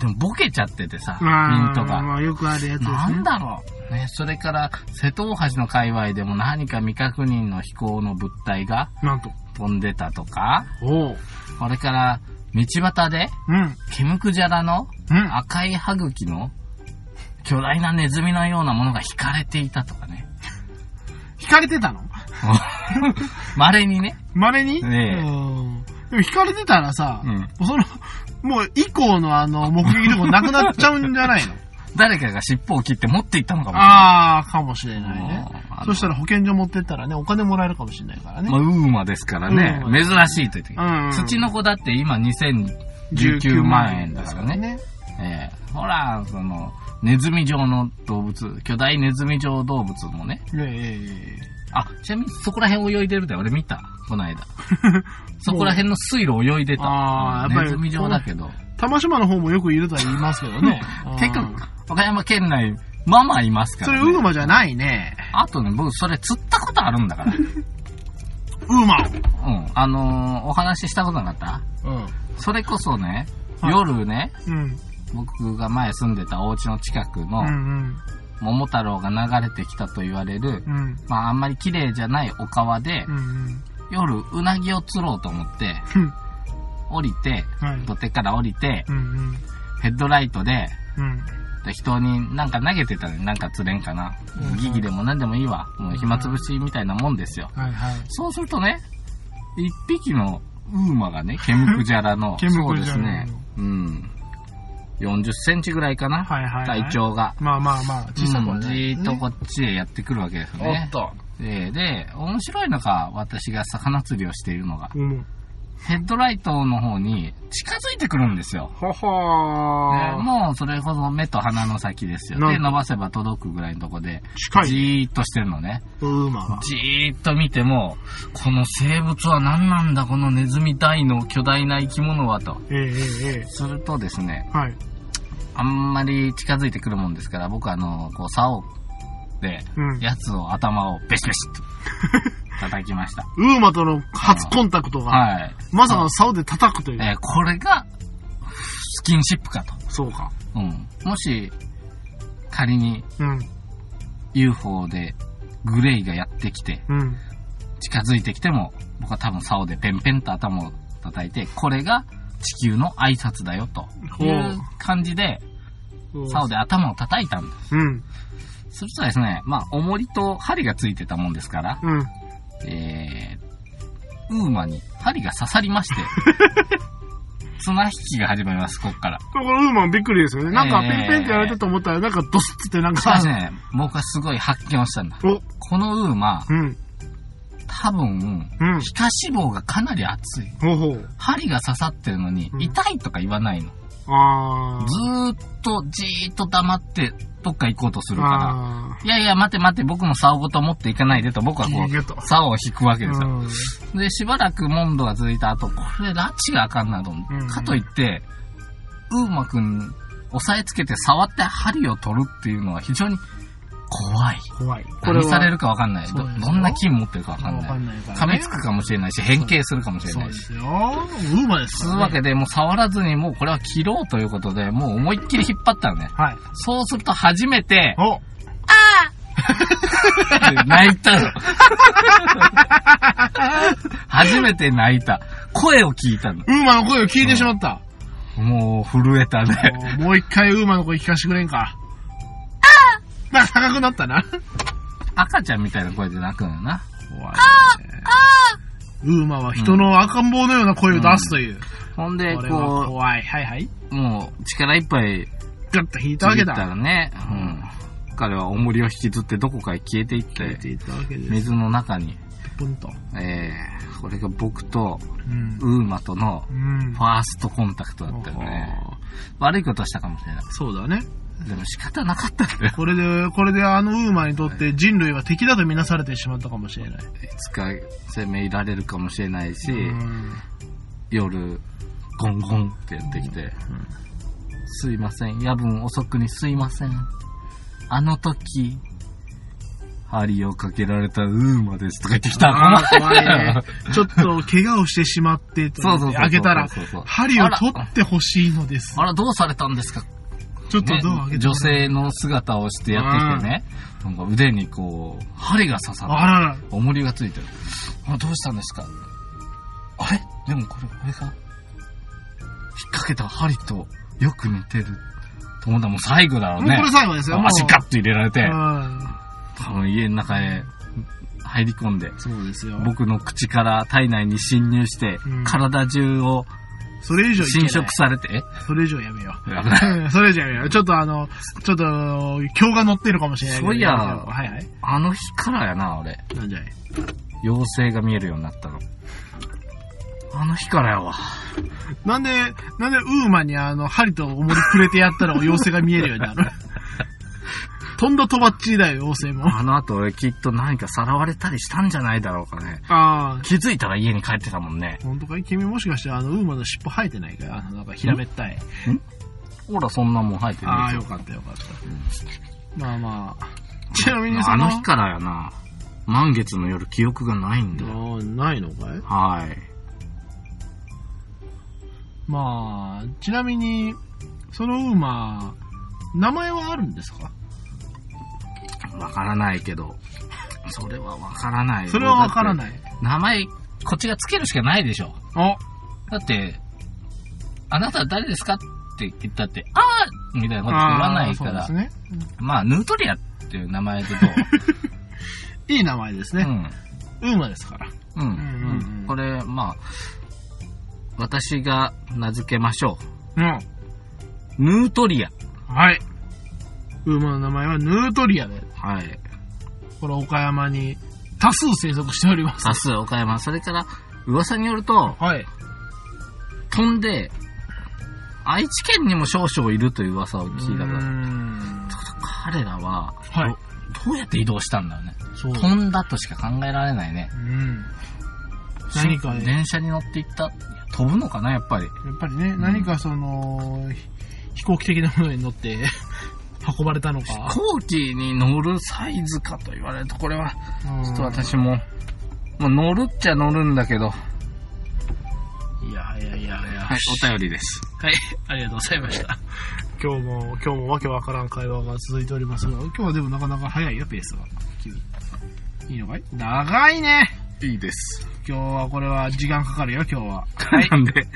[SPEAKER 1] でもボケちゃっててさ、ミントが。
[SPEAKER 2] まあよくあるやつですね。
[SPEAKER 1] なんだろう。ね、それから、瀬戸大橋の界隈でも何か未確認の飛行の物体が
[SPEAKER 2] なんと。
[SPEAKER 1] 飛んでたとか、
[SPEAKER 2] おう。
[SPEAKER 1] これから、道端で、
[SPEAKER 2] うん。
[SPEAKER 1] ケムクジャラの
[SPEAKER 2] うん。
[SPEAKER 1] 赤い歯茎の巨大なネズミのようなものが引かれていたとかね。
[SPEAKER 2] 惹かれてたの
[SPEAKER 1] 稀にね。
[SPEAKER 2] 稀に
[SPEAKER 1] ねえ
[SPEAKER 2] うん。でも惹かれてたらさ、
[SPEAKER 1] うん
[SPEAKER 2] その、もう以降のあの、目撃とかなくなっちゃうんじゃないの
[SPEAKER 1] 誰かが尻尾を切って持っていったのかもし
[SPEAKER 2] ああ、かもしれないね
[SPEAKER 1] うんあ。の
[SPEAKER 2] そしたら保健所持ってったらね、お金もらえるかもしれないからね。
[SPEAKER 1] れない。まあ、ウーマですからね。
[SPEAKER 2] ウーマ
[SPEAKER 1] 珍しいと言って、
[SPEAKER 2] うんうん
[SPEAKER 1] 土の子だって今2019万円だからね。。ええほら、その、ネズミ状の動物、巨大ネズミ状動物もね。
[SPEAKER 2] ええええ
[SPEAKER 1] あ、ちなみにそこら辺泳いでるで、俺見た。この
[SPEAKER 2] <laughs>
[SPEAKER 1] 間。そこら辺の水路泳いでた。
[SPEAKER 2] あーやっぱり
[SPEAKER 1] ネズミ状だけど。。
[SPEAKER 2] 玉島の方もよくいるとは言いますけど <laughs> ね
[SPEAKER 1] 結構、岡山県内、まあまあいます
[SPEAKER 2] うん、
[SPEAKER 1] か
[SPEAKER 2] そ
[SPEAKER 1] ら、
[SPEAKER 2] れ
[SPEAKER 1] ね。
[SPEAKER 2] ウーマじゃないね。
[SPEAKER 1] あとね、僕、それ釣ったことあるんだ
[SPEAKER 2] <laughs>
[SPEAKER 1] から。
[SPEAKER 2] ウーマ
[SPEAKER 1] うん。あのーお話ししたことなかっ
[SPEAKER 2] うん。
[SPEAKER 1] たそれこそね、
[SPEAKER 2] はい
[SPEAKER 1] 夜ね、
[SPEAKER 2] うん。
[SPEAKER 1] 僕が前住んでたお家の近くの
[SPEAKER 2] う、ん。
[SPEAKER 1] 桃太郎が流れてきたと言われる、
[SPEAKER 2] うん。うん。
[SPEAKER 1] まああんまり綺麗じゃないお川で
[SPEAKER 2] う、ん。
[SPEAKER 1] 夜、うなぎを釣ろうと思って、
[SPEAKER 2] うん。
[SPEAKER 1] 降りて、
[SPEAKER 2] はい。
[SPEAKER 1] 土手から降りて、
[SPEAKER 2] うん。うん。
[SPEAKER 1] ヘッドライトで、
[SPEAKER 2] うん。
[SPEAKER 1] で人になんか投げてたね、なんか釣れんかな
[SPEAKER 2] うん。
[SPEAKER 1] ギギでも何でもいいわ。もう暇つぶしみたいなもんですよ。
[SPEAKER 2] はいはい。
[SPEAKER 1] そうするとね、一匹のウーマがね、ケムクジャラの
[SPEAKER 2] <laughs> 、ケムクジ
[SPEAKER 1] そ
[SPEAKER 2] ャ
[SPEAKER 1] うです
[SPEAKER 2] ラの
[SPEAKER 1] ね、うん。40センチぐらいかな、
[SPEAKER 2] はいはいはい
[SPEAKER 1] 体長が。
[SPEAKER 2] まあまあまあ、小さくは
[SPEAKER 1] うん
[SPEAKER 2] な
[SPEAKER 1] じ
[SPEAKER 2] い
[SPEAKER 1] ーっとこっちへやってくるわけですよね。
[SPEAKER 2] と。
[SPEAKER 1] で、で、面白いのが、私が魚釣りをしているのが、
[SPEAKER 2] うん。
[SPEAKER 1] ヘッドライトの方に近づいてくるんですよ。
[SPEAKER 2] ほほ
[SPEAKER 1] で
[SPEAKER 2] ー。
[SPEAKER 1] もうそれこそ目と鼻の先ですよ。
[SPEAKER 2] なん
[SPEAKER 1] で、
[SPEAKER 2] と
[SPEAKER 1] 伸ばせば届くぐらいのとこで、
[SPEAKER 2] 近
[SPEAKER 1] じ
[SPEAKER 2] い。
[SPEAKER 1] ーっとしてるのね。
[SPEAKER 2] ウーマが。
[SPEAKER 1] じーっと見ても、この生物は何なんだ、このネズミ大の巨大な生き物はと。
[SPEAKER 2] えええええ
[SPEAKER 1] するとですね、
[SPEAKER 2] え。はい。
[SPEAKER 1] あんまり近づいてくるもんですから、僕はあの、こう、竿で、
[SPEAKER 2] うん。
[SPEAKER 1] やつを頭をベシベシ <laughs> と叩きました。
[SPEAKER 2] ウーマとの初コンタクトが、
[SPEAKER 1] はい。
[SPEAKER 2] まさかの竿で叩くという。
[SPEAKER 1] えーこれが、スキンシップかと。
[SPEAKER 2] そうか。
[SPEAKER 1] うん。もし、仮に
[SPEAKER 2] うん。
[SPEAKER 1] UFO でグレイがやってきて、
[SPEAKER 2] うん。
[SPEAKER 1] 近づいてきても、僕は多分竿でペンペンと頭を叩いて、これが地球の挨拶だよ、という感じで、竿で頭を叩いたんで
[SPEAKER 2] うん。
[SPEAKER 1] す。するとですね、まあ、重りと針がついてたもんですから、
[SPEAKER 2] うん。
[SPEAKER 1] えー、ウーマに針が刺さりま
[SPEAKER 2] <laughs>
[SPEAKER 1] して、綱引きが始まります、こっから。
[SPEAKER 2] これ、これウーマンびっくりですよね。なんか、
[SPEAKER 1] え
[SPEAKER 2] ペ
[SPEAKER 1] ー
[SPEAKER 2] ンペンってやられたと思ったら、なんか、ドスッってなん
[SPEAKER 1] しか
[SPEAKER 2] か
[SPEAKER 1] し、ね、僕はすごい発見をしたんだ。
[SPEAKER 2] お、
[SPEAKER 1] このウーマ、
[SPEAKER 2] うん、
[SPEAKER 1] 多分、
[SPEAKER 2] うん。
[SPEAKER 1] 皮下脂肪がかなり厚い。
[SPEAKER 2] ほうほう。
[SPEAKER 1] 針が刺さってるのに
[SPEAKER 2] う、ん
[SPEAKER 1] 痛いとか言わないの。
[SPEAKER 2] あー。
[SPEAKER 1] ずーっとじーっと黙ってどっか行こうとするか
[SPEAKER 2] あ
[SPEAKER 1] ら、いやいや待て待て僕も竿ごと持っていかないでと僕はこ
[SPEAKER 2] ギュギュと
[SPEAKER 1] う、竿を引くわけ
[SPEAKER 2] ー。
[SPEAKER 1] ですよ。
[SPEAKER 2] うん
[SPEAKER 1] で、しばらく問答が続いた後、これ拉致があかんなと思う
[SPEAKER 2] うん
[SPEAKER 1] かといって、ウーマくん押さえつけて触って針を取るっていうのは非常に怖い。
[SPEAKER 2] 怖い。
[SPEAKER 1] 何されるかわかんない。
[SPEAKER 2] そ
[SPEAKER 1] ど
[SPEAKER 2] うですよ
[SPEAKER 1] どんな菌持ってるかわかん
[SPEAKER 2] わ
[SPEAKER 1] な
[SPEAKER 2] か
[SPEAKER 1] い。
[SPEAKER 2] んないから、
[SPEAKER 1] 噛みつくかもしれないし、変形するかもしれ
[SPEAKER 2] そ
[SPEAKER 1] な
[SPEAKER 2] う
[SPEAKER 1] い
[SPEAKER 2] で
[SPEAKER 1] し。
[SPEAKER 2] すよ。ウーマンです
[SPEAKER 1] そういう
[SPEAKER 2] から、ね。
[SPEAKER 1] わけで、もう触らずに、もうこれは切ろうということで、もう思いっきり引っ張ったのね。
[SPEAKER 2] はい。
[SPEAKER 1] そうすると初めて、
[SPEAKER 2] お
[SPEAKER 1] 泣いたの。初めて泣いた。声を聞いたの。
[SPEAKER 2] ウーマンの声を聞いてしまった。
[SPEAKER 1] もう震えたね。
[SPEAKER 2] お <laughs> もう一回ウーマンの声聞かせてくれんか。あなんか高くなったな。
[SPEAKER 1] 赤ちゃんみたいな声で泣くのよな。
[SPEAKER 2] 怖い、ね。ウーマンは人の赤ん坊のような声を出すという。
[SPEAKER 1] ほんで、
[SPEAKER 2] これは
[SPEAKER 1] こ
[SPEAKER 2] 怖い。はいはい。
[SPEAKER 1] う、もう力いっぱい
[SPEAKER 2] ガッと引いたわ
[SPEAKER 1] ちぎ
[SPEAKER 2] け
[SPEAKER 1] っ
[SPEAKER 2] だ。
[SPEAKER 1] たらね、うん。彼は重りを引きずってどこかへ消えていっ
[SPEAKER 2] 入れて
[SPEAKER 1] て、
[SPEAKER 2] いたわけです。
[SPEAKER 1] 水の中に、
[SPEAKER 2] ポンと。
[SPEAKER 1] えー、これが僕と
[SPEAKER 2] うん。
[SPEAKER 1] ウーマとの
[SPEAKER 2] うん
[SPEAKER 1] フ。ァーストコンタクトだったよね。悪いことしたかもしれない。
[SPEAKER 2] そうだね。
[SPEAKER 1] でも仕方なかったんだよ。
[SPEAKER 2] これで、これであのウーマンにとって人類は敵だとみなされてしまったかもしれな
[SPEAKER 1] い
[SPEAKER 2] い。
[SPEAKER 1] つか攻め入られるかもしれないし、
[SPEAKER 2] うん
[SPEAKER 1] 夜、ゴンゴンってやってきて、すいません、夜分遅くにすいません。あの時、針をかけられたウーマですとか言ってきた。
[SPEAKER 2] あー
[SPEAKER 1] 困る
[SPEAKER 2] 怖いね。ちょっと怪我をしてしまって、と
[SPEAKER 1] そうそうそうそう
[SPEAKER 2] 開けたら
[SPEAKER 1] そうそうそう、
[SPEAKER 2] 針を取ってほしいのです。
[SPEAKER 1] あら、どうされたんですか、
[SPEAKER 2] ちょっと
[SPEAKER 1] ね
[SPEAKER 2] ドア開けて。
[SPEAKER 1] 女。性の姿をしてやってきてね、なんか腕にこう、針が刺さ
[SPEAKER 2] あ
[SPEAKER 1] っ
[SPEAKER 2] らら。
[SPEAKER 1] て、重りがついてる。あどうしたんですかあれでもこれ、俺が、引っ掛けた針とよく似てる。友達もう最後だろう
[SPEAKER 2] もう
[SPEAKER 1] ね。
[SPEAKER 2] これ最後ですよ。もう
[SPEAKER 1] 足ガッと入れられて、
[SPEAKER 2] うん
[SPEAKER 1] 多分家の中へ入り込んで、
[SPEAKER 2] そうですよ。
[SPEAKER 1] 僕の口から体内に侵入して、
[SPEAKER 2] うん
[SPEAKER 1] 体中を
[SPEAKER 2] それ以上いけな
[SPEAKER 1] 侵
[SPEAKER 2] い
[SPEAKER 1] 食されて、え
[SPEAKER 2] それ以上やめよう。 <laughs>
[SPEAKER 1] 危ない。
[SPEAKER 2] それ以上やめよう。ちょっとあの、ちょっと、今日が乗ってるかもしれないけど。
[SPEAKER 1] そういや
[SPEAKER 2] はいはい。
[SPEAKER 1] あの日からやな、俺。
[SPEAKER 2] なんじゃい
[SPEAKER 1] 妖精が見えるようになったの。あの日からやわ。
[SPEAKER 2] なんで、なんでウーマンにあの、針と重りくれてやったらお妖精が見えるようにな
[SPEAKER 1] <laughs>
[SPEAKER 2] るとんだとばっちりだよ、妖精も。
[SPEAKER 1] あの後俺きっと何かさらわれたりしたんじゃないだろうかね。
[SPEAKER 2] ああ。
[SPEAKER 1] 気づいたら家に帰ってたもんね。
[SPEAKER 2] 本当かい君もしかしてあの、ウーマンの尻尾生えてないから、あのなんか平べったい。
[SPEAKER 1] ほら、そんなもん入って
[SPEAKER 2] あ
[SPEAKER 1] な
[SPEAKER 2] あ、
[SPEAKER 1] い
[SPEAKER 2] よかったよかった。まあまあ。ちなみにそ
[SPEAKER 1] あ
[SPEAKER 2] の、
[SPEAKER 1] の日からやな。満月の夜記憶がないんだよ。
[SPEAKER 2] ああないのかい
[SPEAKER 1] はい。
[SPEAKER 2] まあ、ちなみに、そのウーマン、名前はあるんですか
[SPEAKER 1] わからないけど、それはわからないよ。
[SPEAKER 2] それはわから
[SPEAKER 1] い。
[SPEAKER 2] ない。
[SPEAKER 1] 名前、こっちがつけるしかないでしょ。
[SPEAKER 2] あ、
[SPEAKER 1] だって、あなたは誰ですかって言ったって、あーみたいなこと言わないか
[SPEAKER 2] あー
[SPEAKER 1] ら、
[SPEAKER 2] そうです
[SPEAKER 1] まあ、ヌートリアっていう名前でどう
[SPEAKER 2] ね。いい名前です
[SPEAKER 1] う
[SPEAKER 2] ね。
[SPEAKER 1] ん。
[SPEAKER 2] ウーマンですから。
[SPEAKER 1] うん。うん
[SPEAKER 2] うんうんうん
[SPEAKER 1] これ、まあ、私が名付けましょ
[SPEAKER 2] うん。
[SPEAKER 1] う。ヌートリア。
[SPEAKER 2] はい。ウーマンの名前はヌートリアで、
[SPEAKER 1] はい。
[SPEAKER 2] これ岡山に多数生息しております。
[SPEAKER 1] 多数岡山。それから、噂によると、
[SPEAKER 2] はい。
[SPEAKER 1] 飛んで、愛知県にも少々いるという噂を聞いたから
[SPEAKER 2] うー。ん
[SPEAKER 1] 彼らは、
[SPEAKER 2] はい
[SPEAKER 1] どどうやって移動したんだろうね。
[SPEAKER 2] そう。
[SPEAKER 1] 飛んだとしか考えられないね
[SPEAKER 2] う。ん。何かね
[SPEAKER 1] し電車に乗って行った。いや飛ぶのかな、やっぱり。
[SPEAKER 2] やっぱりね、何かその、ひ飛行機的なものに乗って <laughs> 運ばれたの
[SPEAKER 1] 飛
[SPEAKER 2] か。
[SPEAKER 1] 行機に乗るサイズかと言われると、これは、
[SPEAKER 2] ち
[SPEAKER 1] ちょっと私も、まあ、乗るっちゃ乗るんだけど、
[SPEAKER 2] いやいやいやいや。
[SPEAKER 1] はい、お便りです。
[SPEAKER 2] はい、ありがとうございました。今日も、今日もわけわからん会話が続いておりますが、今日はでもなかなか早いよ、ペースが。いいのかい長いね
[SPEAKER 1] いいです。
[SPEAKER 2] 今日はこれは時間かかるよ、今日は。
[SPEAKER 1] <laughs> なんで、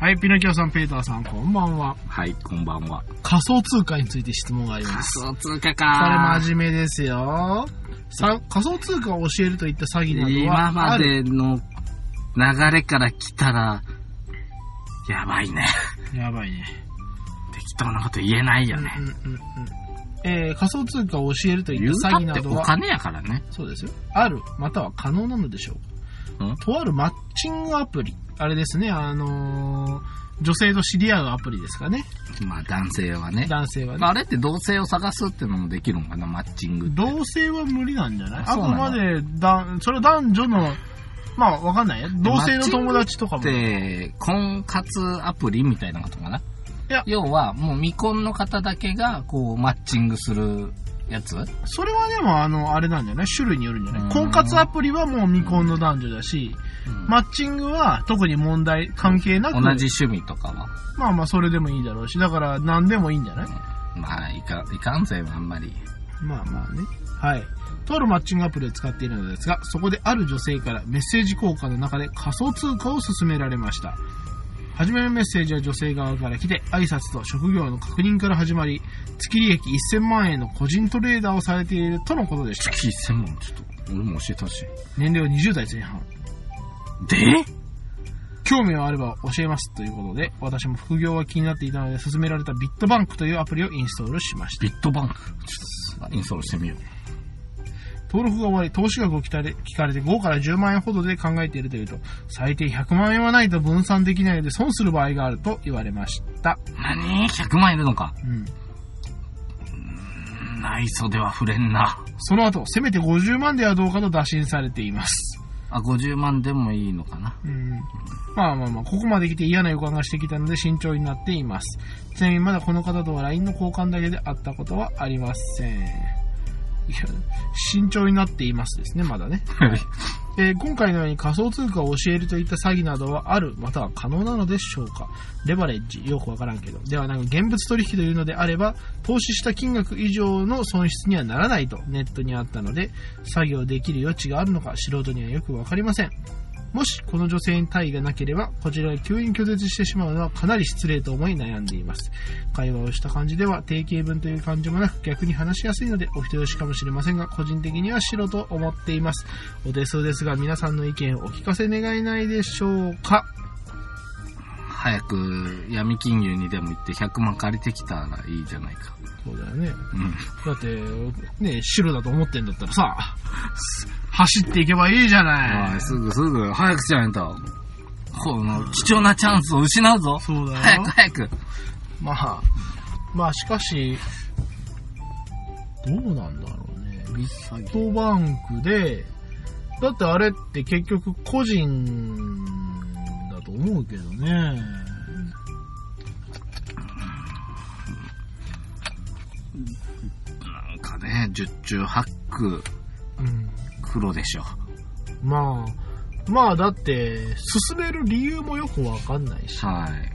[SPEAKER 2] はい、ピノキオさん、ペーターさん、こんばんは。
[SPEAKER 1] はい、こんばんは。
[SPEAKER 2] 仮想通貨について質問があります。
[SPEAKER 1] そう通貨
[SPEAKER 2] これ
[SPEAKER 1] か
[SPEAKER 2] 真面目ですよ。さ仮想通貨を教えるといった詐欺などは
[SPEAKER 1] 今ま
[SPEAKER 2] ある。
[SPEAKER 1] での流れから来たら、やばいね。
[SPEAKER 2] やばいね。
[SPEAKER 1] 適当なこと言えないよね。
[SPEAKER 2] うんうんうんえー仮想通貨を教えるとい
[SPEAKER 1] 言う
[SPEAKER 2] った
[SPEAKER 1] た
[SPEAKER 2] 詐欺
[SPEAKER 1] っ
[SPEAKER 2] な
[SPEAKER 1] て
[SPEAKER 2] ど
[SPEAKER 1] お
[SPEAKER 2] は
[SPEAKER 1] 金やからね。
[SPEAKER 2] そうですよ。ある、または可能なのでしょうか
[SPEAKER 1] ん
[SPEAKER 2] とあるマッチングアプリ。あれですね、あのー女性と知り合うアプリですかね。
[SPEAKER 1] まあ男性はね。
[SPEAKER 2] 男性はね。
[SPEAKER 1] あれって同性を探すってのもできるのかな、マッチングって。
[SPEAKER 2] 同性は無理なんじゃない
[SPEAKER 1] あ
[SPEAKER 2] あ
[SPEAKER 1] そう
[SPEAKER 2] く
[SPEAKER 1] なんだ
[SPEAKER 2] までだ、それは男女の、まあわかんないよ。同性の友達とか
[SPEAKER 1] っ
[SPEAKER 2] も。
[SPEAKER 1] て、婚活アプリみたいなことかない
[SPEAKER 2] や
[SPEAKER 1] 要は、もう未婚の方だけが、こう、マッチングするやつ
[SPEAKER 2] それはでも、あの、あれなんじゃない種類によるんじゃ
[SPEAKER 1] う
[SPEAKER 2] なんい婚活アプリはもう未婚の男女だし、マッチングは特に問題関係なく、
[SPEAKER 1] 同じ趣味とかは。
[SPEAKER 2] まあまあそれでもいいだろうし、だから何でもいいんじゃない
[SPEAKER 1] まあ、いかいかんぜんはあんまり。
[SPEAKER 2] まあまあね。はい。とあるマッチングアプリを使っているのですが、そこである女性からメッセージ交換の中で仮想通貨を勧められました。初めのメッセージは女性側から来て、挨拶と職業の確認から始まり、月利益1000万円の個人トレーダーをされているとのことでした。
[SPEAKER 1] 月1000万、ちょっと、俺も教えてほしい。
[SPEAKER 2] 年齢は20代前半。
[SPEAKER 1] で
[SPEAKER 2] 興味があれば教えますということで、私も副業が気になっていたので、勧められたビットバンクというアプリをインストールしました。
[SPEAKER 1] ビットバンク。ちょっと、インストールしてみよう。
[SPEAKER 2] 登録が終わり、投資額を聞かれ聞かれて5から10万円ほどで考えているというと、最低100万円はないと分散できないので損する場合があると言われました。
[SPEAKER 1] 何 ?100 万いるのか。
[SPEAKER 2] うん。
[SPEAKER 1] 内装では触れんな。
[SPEAKER 2] その後、せめて50万ではどうかと打診されています。
[SPEAKER 1] あ、50万でもいいのかな。
[SPEAKER 2] うん。まあまあまあ、ここまで来て嫌な予感がしてきたので慎重になっています。ちなみにまだこの方とは LINE の交換だけで会ったことはありません。いや、慎重になっていますですね、まだね。えー今回のように仮想通貨を教えるといった詐欺などはあるまたは可能なのでしょうかレバレッジよくわからんけどではなく現物取引というのであれば投資した金額以上の損失にはならないとネットにあったので作業できる余地があるのか素人にはよくわかりませんもしこの女性に対意がなければこちらを急に拒絶してしまうのはかなり失礼と思い悩んでいます会話をした感じでは定型文という感じもなく逆に話しやすいのでお人よしかもしれませんが個人的には白と思っていますお手数ですが皆さんの意見をお聞かせ願えないでしょうか
[SPEAKER 1] 早く闇金融にでも行って100万借りてきたらいいじゃないか。
[SPEAKER 2] そうだよね
[SPEAKER 1] うん。
[SPEAKER 2] だってね白だと思ってんだったらさ走っていけばいいじゃな
[SPEAKER 1] お
[SPEAKER 2] い
[SPEAKER 1] いすぐすぐ、早くしないと。この貴重なチャンスを失うぞ。
[SPEAKER 2] そうだ
[SPEAKER 1] 早
[SPEAKER 2] よ
[SPEAKER 1] く早く。
[SPEAKER 2] まあまあしかしどうなんだろうねビットバンクでだってあれって結局個人だと思うけどね
[SPEAKER 1] なんかね、十中八九
[SPEAKER 2] うん
[SPEAKER 1] 黒でしょ。
[SPEAKER 2] まあまあだって進める理由もよくわかんないし
[SPEAKER 1] はい。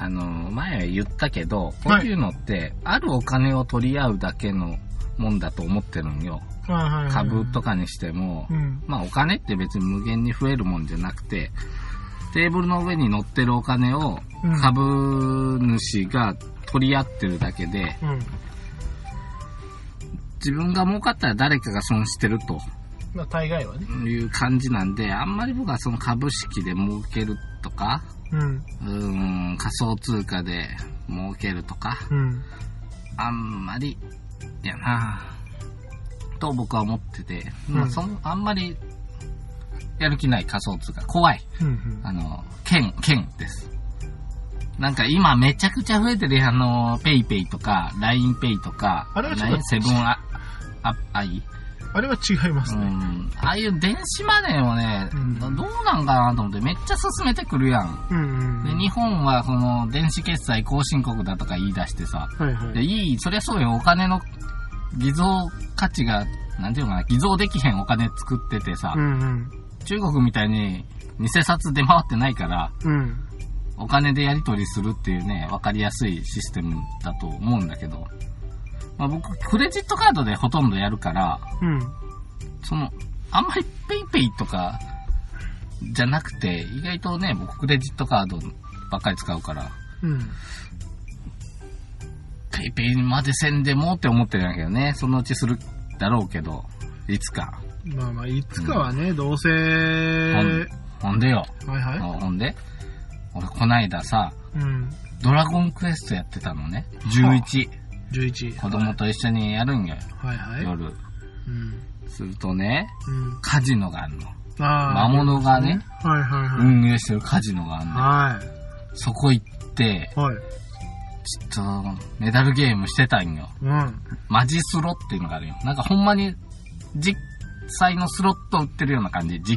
[SPEAKER 1] あの、前は言ったけど、こ
[SPEAKER 2] はいう
[SPEAKER 1] いうのって、あるお金を取り合うだけのもんだと思ってるんよ。
[SPEAKER 2] はいはいはい
[SPEAKER 1] 株とかにしても
[SPEAKER 2] う、ん。
[SPEAKER 1] まあお金って別に無限に増えるもんじゃなくて、テーブルの上に乗ってるお金を
[SPEAKER 2] うん
[SPEAKER 1] 株主が取り合ってるだけで、
[SPEAKER 2] うん。
[SPEAKER 1] 自分が儲かったら誰かが損してると
[SPEAKER 2] まあ、大概はね。
[SPEAKER 1] いう感じなんで、あんまり僕はその株式で儲けるとか、
[SPEAKER 2] うん。
[SPEAKER 1] うーん、仮想通貨で儲けるとか、
[SPEAKER 2] うん。
[SPEAKER 1] あんまり、やなぁと僕は思ってて、
[SPEAKER 2] うん
[SPEAKER 1] まあ、そのあんまり、やる気ない仮想通貨。怖い。
[SPEAKER 2] うん。
[SPEAKER 1] あの、剣、剣です。なんか今めちゃくちゃ増えてるやんあの、ペイペイとか、LINE ペイとか、
[SPEAKER 2] あれはちょっと
[SPEAKER 1] LINE セブンア、ア、アイ
[SPEAKER 2] あれは違います
[SPEAKER 1] う
[SPEAKER 2] ね。
[SPEAKER 1] ん。ああいう電子マネーをね、
[SPEAKER 2] うん
[SPEAKER 1] どうなんかなと思ってめっちゃ進めてくるやん。
[SPEAKER 2] うん。
[SPEAKER 1] で、日本はその、電子決済後進国だとか言い出してさ、
[SPEAKER 2] はいはい
[SPEAKER 1] や
[SPEAKER 2] い。
[SPEAKER 1] いい、そりゃそうよ、お金の偽造価値が、なんていうのかな、偽造できへんお金作っててさ、
[SPEAKER 2] うんうん。
[SPEAKER 1] 中国みたいに偽札出回ってないから、
[SPEAKER 2] うん。
[SPEAKER 1] お金でやり取りするっていうね、わかりやすいシステムだと思うんだけど、まあ僕、クレジットカードでほとんどやるから、
[SPEAKER 2] うん。
[SPEAKER 1] その、あんまりペイペイとか、じゃなくて、意外とね、僕クレジットカードばっかり使うから、
[SPEAKER 2] うん。
[SPEAKER 1] ペイペイまでせんでもって思ってるんだけどね、そのうちするだろうけど、いつか。
[SPEAKER 2] まあまあ、いつかはね、どうせ、はい
[SPEAKER 1] ほんでよ。
[SPEAKER 2] は
[SPEAKER 1] ほんで、俺こないださ、
[SPEAKER 2] い。うん。
[SPEAKER 1] ドラゴンクエストやってたのね。11。
[SPEAKER 2] 11。
[SPEAKER 1] 子供と一緒にやるんよ、
[SPEAKER 2] はいはい。うん。
[SPEAKER 1] 夜。するとね、
[SPEAKER 2] うん。
[SPEAKER 1] カジノがあるの。
[SPEAKER 2] ああ。
[SPEAKER 1] 魔物がね、
[SPEAKER 2] はいはいはい。
[SPEAKER 1] 運営してるカジノがあるの。
[SPEAKER 2] は
[SPEAKER 1] そこ行って、
[SPEAKER 2] い。はい。
[SPEAKER 1] ちょっと、メダルゲームしてたんよ。
[SPEAKER 2] うん。
[SPEAKER 1] マジスロっていうのがあるよ。なんかほんまに、実際のスロット売ってるような感じ、実機。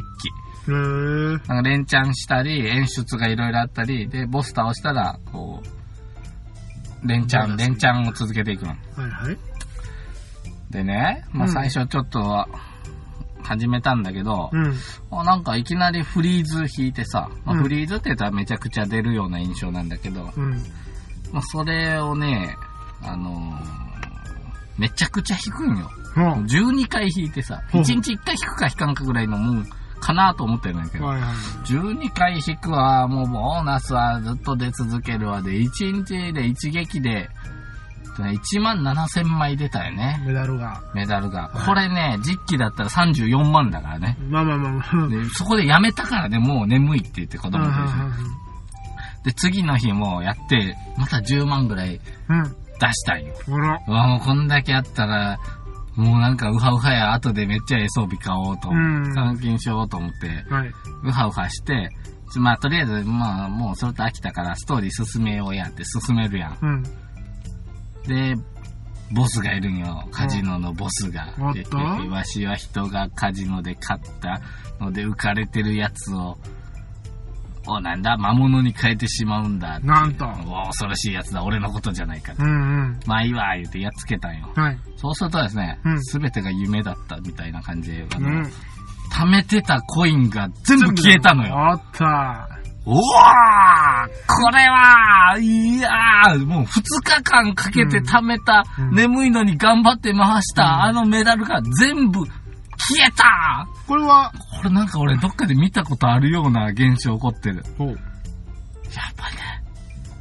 [SPEAKER 2] へー
[SPEAKER 1] なんか連チャンしたり、演出がいろいろあったり、で、ボス倒したら、こう、連チャン、連チャンを続けていくの。
[SPEAKER 2] はいはい。
[SPEAKER 1] でね、まあ
[SPEAKER 2] うん
[SPEAKER 1] 最初ちょっとは、始めたんだけど、
[SPEAKER 2] うん。
[SPEAKER 1] あなんかいきなりフリーズ引いてさ、まあ
[SPEAKER 2] うん
[SPEAKER 1] フリーズって言ったらめちゃくちゃ出るような印象なんだけど、
[SPEAKER 2] うん。
[SPEAKER 1] まあそれをね、あのーめちゃくちゃ引くんよ。
[SPEAKER 2] うん。
[SPEAKER 1] 12回引いてさ、
[SPEAKER 2] うん
[SPEAKER 1] 1日1回引くか引かんかぐらいのもんかなと思ってるんだけど、
[SPEAKER 2] はいはい。
[SPEAKER 1] 12回引くは、もうボーナスはずっと出続けるわで、1日で一撃で、1万7000枚出たよね、
[SPEAKER 2] メダルが。
[SPEAKER 1] メダルが。
[SPEAKER 2] はい
[SPEAKER 1] これね、実機だったら34万だからね。
[SPEAKER 2] まあまあまあまあ。
[SPEAKER 1] でそこでやめたからね、もう眠いって言って子
[SPEAKER 2] うん
[SPEAKER 1] 供と一緒に。で、次の日もやって、また10万ぐらい
[SPEAKER 2] うん。
[SPEAKER 1] 出したんよ。
[SPEAKER 2] うん。あら。
[SPEAKER 1] うわ、もうこんだけあったら、もうなんかウハウハや、後でめっちゃええ装備買おうと、
[SPEAKER 2] うん
[SPEAKER 1] 換金しようと思って、
[SPEAKER 2] はい。
[SPEAKER 1] ウハウハして、ちょまあとりあえず、まあもうそれと飽きたからストーリー進めようやって進めるやん。
[SPEAKER 2] うん。
[SPEAKER 1] で、ボスがいるんよ、カジノのボスが。
[SPEAKER 2] うんおっと
[SPEAKER 1] ででわしは人がカジノで勝ったので浮かれてるやつを、お、なんだ、魔物に変えてしまうんだって。
[SPEAKER 2] なんと
[SPEAKER 1] お恐ろしいやつだ、俺のことじゃないか
[SPEAKER 2] う
[SPEAKER 1] ら。
[SPEAKER 2] んうん。
[SPEAKER 1] まあいいわ、言うてやっつけたんよ。
[SPEAKER 2] はい。
[SPEAKER 1] そうするとですね
[SPEAKER 2] うん、
[SPEAKER 1] すべ、てが夢だったみたいな感じで、あ
[SPEAKER 2] う
[SPEAKER 1] の
[SPEAKER 2] ん。
[SPEAKER 1] 貯めてたコインが全部消えたのよ。
[SPEAKER 2] あった。
[SPEAKER 1] おわーこれはいやーもう2日間かけて貯めた、
[SPEAKER 2] うん
[SPEAKER 1] 眠いのに頑張って回した、
[SPEAKER 2] うん
[SPEAKER 1] あのメダルが全部消えた
[SPEAKER 2] これは、
[SPEAKER 1] これなんか俺どっかで見たことあるような現象起こってる。
[SPEAKER 2] ほう。
[SPEAKER 1] やっぱね、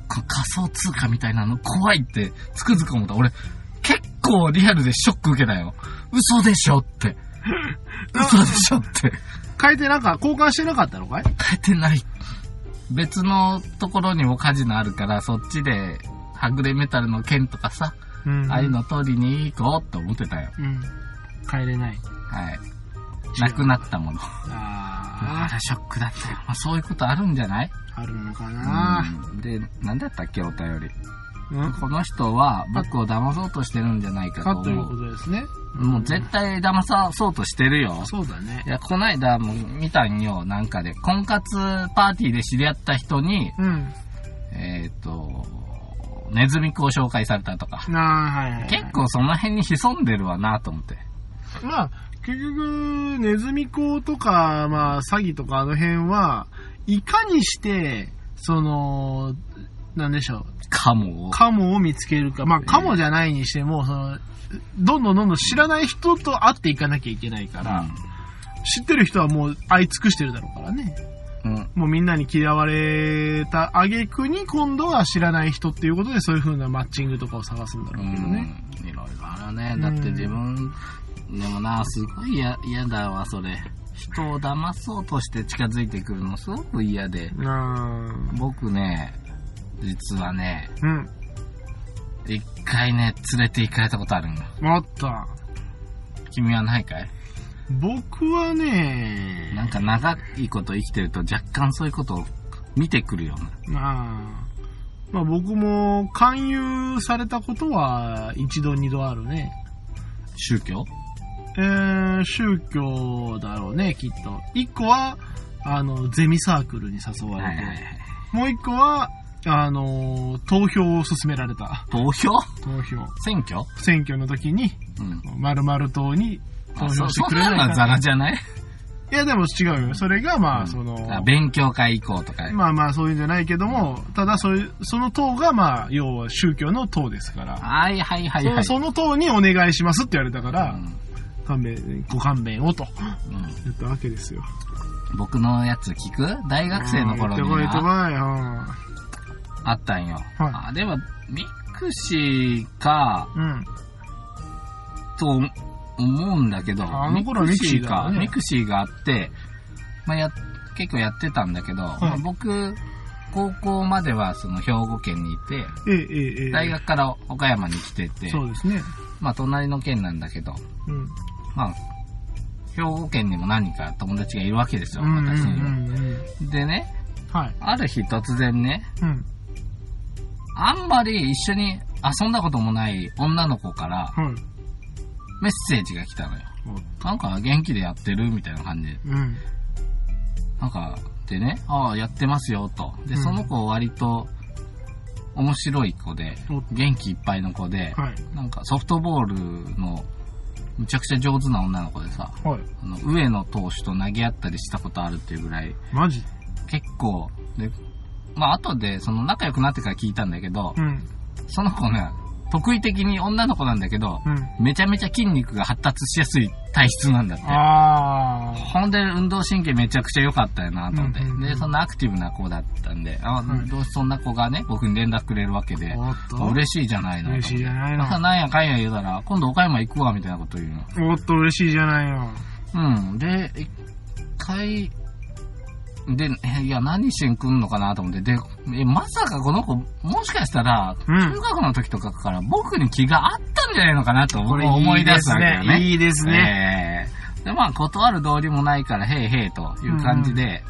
[SPEAKER 1] こう仮想通貨みたいなの怖いってつくづく思った。俺、結構リアルでショック受けたよ。嘘でしょ
[SPEAKER 2] <laughs>
[SPEAKER 1] って。嘘でしょって。
[SPEAKER 2] 変えてなんか交換してなかったのかい
[SPEAKER 1] 変えてない。別のところにもカジノあるから、そっちで、はぐれメタルの剣とかさ、
[SPEAKER 2] うん
[SPEAKER 1] ああいうの取りに行こうって思ってたよ。
[SPEAKER 2] うん。変えれない。
[SPEAKER 1] はい。なくなったもの。あ
[SPEAKER 2] あ
[SPEAKER 1] ら、ショックだったよ。まあ、そういうことあるんじゃない
[SPEAKER 2] あ、あるのかな
[SPEAKER 1] うんで、なんだったっけ、お便り。
[SPEAKER 2] うん。
[SPEAKER 1] この人は僕を騙そうとしてるんじゃないか
[SPEAKER 2] か
[SPEAKER 1] と
[SPEAKER 2] という
[SPEAKER 1] 思
[SPEAKER 2] こ
[SPEAKER 1] う。
[SPEAKER 2] とですね。
[SPEAKER 1] もう絶対騙さそうとしてるよ。
[SPEAKER 2] そうだね
[SPEAKER 1] い。や、こないだも見たんよ、なんかで。婚活パーティーで知り合った人に、
[SPEAKER 2] うん。
[SPEAKER 1] えっ、と、ネズミクを紹介されたとか。
[SPEAKER 2] なあ、はいはいはい。
[SPEAKER 1] 結構その辺に潜んでるわなと思って。
[SPEAKER 2] まあ、結局、ネズミ講とか、まあ、詐欺とかあの辺は、いかにして、その、なんでしょう、
[SPEAKER 1] カモを。
[SPEAKER 2] カモを見つけるか、まあ、カモじゃないにしても、その、どんどんどんどん知らない人と会っていかなきゃいけないから、知ってる人はもう会い尽くしてるだろうからね。
[SPEAKER 1] うん。うん。
[SPEAKER 2] もうみんなに嫌われた挙句に今度は知らない人っていうことでそういう風なマッチングとかを探すんだ
[SPEAKER 1] う
[SPEAKER 2] ろうけどね。
[SPEAKER 1] ん。いろいろあるね。だって自分、でもな、すごい嫌嫌だわ、それ。人を騙そうとして近づいてくるのすごく嫌で。
[SPEAKER 2] うーん。
[SPEAKER 1] 僕ね、実はね、
[SPEAKER 2] うん。
[SPEAKER 1] 一回ね、連れて行かれたことあるんよ。
[SPEAKER 2] あった。
[SPEAKER 1] 君はないかい
[SPEAKER 2] 僕はね、
[SPEAKER 1] なんか長いこと生きてると若干そういうことを見てくるような。
[SPEAKER 2] まあ、まあ僕も勧誘されたことは一度二度あるね。
[SPEAKER 1] 宗教
[SPEAKER 2] えー、宗教だろうね、きっと。一個は、あの、ゼミサークルに誘われて、もう一個は、あの、投票を勧められた。
[SPEAKER 1] 投票
[SPEAKER 2] 投票。
[SPEAKER 1] 選挙
[SPEAKER 2] 選挙の時に、
[SPEAKER 1] うん。
[SPEAKER 2] まるまる党に投
[SPEAKER 1] あ
[SPEAKER 2] 票
[SPEAKER 1] そ
[SPEAKER 2] して
[SPEAKER 1] そ
[SPEAKER 2] く
[SPEAKER 1] ん
[SPEAKER 2] れな
[SPEAKER 1] ないのは
[SPEAKER 2] か
[SPEAKER 1] ザラじゃない
[SPEAKER 2] いや、でも違うよ。それが、まあ、その、
[SPEAKER 1] あ勉強会以降とか。
[SPEAKER 2] まあまあ、そういうんじゃないけども、ただ、そういう、その党が、まあ、要は宗教の党ですから、
[SPEAKER 1] はいはいはい
[SPEAKER 2] そ
[SPEAKER 1] は
[SPEAKER 2] の
[SPEAKER 1] い。
[SPEAKER 2] その党にお願いしますって言われたから、
[SPEAKER 1] うん
[SPEAKER 2] 勘弁、ご勘弁をと、
[SPEAKER 1] うん
[SPEAKER 2] 言ったわけですよ。
[SPEAKER 1] 僕のやつ聞く大学生の頃
[SPEAKER 2] うん
[SPEAKER 1] に
[SPEAKER 2] 言ってこい、
[SPEAKER 1] な
[SPEAKER 2] 言って
[SPEAKER 1] あったんよ。
[SPEAKER 2] は
[SPEAKER 1] あでも、ミクシーか、
[SPEAKER 2] こいうん。うん。
[SPEAKER 1] と思うんだけど、
[SPEAKER 2] あの頃はミクシーだ
[SPEAKER 1] か
[SPEAKER 2] よ、ね
[SPEAKER 1] ミクシーがあって、まあ、や結構やってたんだけど、
[SPEAKER 2] い
[SPEAKER 1] まあ僕、高校まではその兵庫県にいて、
[SPEAKER 2] ええ、ええ、ええ。
[SPEAKER 1] 大学から岡山に来てて、
[SPEAKER 2] そうですね。
[SPEAKER 1] まあ隣の県なんだけど、
[SPEAKER 2] うん。
[SPEAKER 1] まあ、兵庫県にも何人か友達がいるわけですよ、
[SPEAKER 2] うんうん
[SPEAKER 1] 私には。
[SPEAKER 2] うんうん
[SPEAKER 1] でね、
[SPEAKER 2] はい。
[SPEAKER 1] ある日突然ね、
[SPEAKER 2] うん。
[SPEAKER 1] あんまり一緒に遊んだこともない女の子から
[SPEAKER 2] はい。
[SPEAKER 1] メッセージが来たのよ。なんか元気でやってるみたいな感じで。
[SPEAKER 2] うん。
[SPEAKER 1] なんか、でね、ああ、やってますよと。で、
[SPEAKER 2] うん
[SPEAKER 1] その子割と面白い子で
[SPEAKER 2] お、
[SPEAKER 1] 元気いっぱいの子で、
[SPEAKER 2] はい。
[SPEAKER 1] なんかソフトボールのむちゃくちゃ上手な女の子でさ、
[SPEAKER 2] はい。
[SPEAKER 1] あの上野投手と投げ合ったりしたことあるっていうぐらい、
[SPEAKER 2] マジ
[SPEAKER 1] 結構、で、まあ後でその仲良くなってから聞いたんだけど、
[SPEAKER 2] うん。
[SPEAKER 1] その子ね、得意的に女の子なんだけど、
[SPEAKER 2] うん。
[SPEAKER 1] めちゃめちゃ筋肉が発達しやすい体質なんだって。
[SPEAKER 2] ああ。
[SPEAKER 1] ほんで、運動神経めちゃくちゃ良かったよなと思って。
[SPEAKER 2] うんうんうん
[SPEAKER 1] で、そんなアクティブな子だったんで、あ、
[SPEAKER 2] はい
[SPEAKER 1] どうしそんな子がね、僕に連絡くれるわけで、
[SPEAKER 2] おっと。
[SPEAKER 1] 嬉しいじゃないの。
[SPEAKER 2] 嬉しいじゃないの
[SPEAKER 1] またなんやかんや言うたら、今度岡山行くわ、みたいなこと言うの。
[SPEAKER 2] おっと、嬉しいじゃないよ。
[SPEAKER 1] うん。で、一回、で、 <laughs> えいや、何しに来んのかなと思って、で、えまさかこの子、もしかしたら、
[SPEAKER 2] うん
[SPEAKER 1] 中学の時とかから僕に気があったんじゃないのかなと僕は思い出すわけよね。
[SPEAKER 2] いいですね。
[SPEAKER 1] ええで、まあ、断る道理もないから、へいへいという感じで、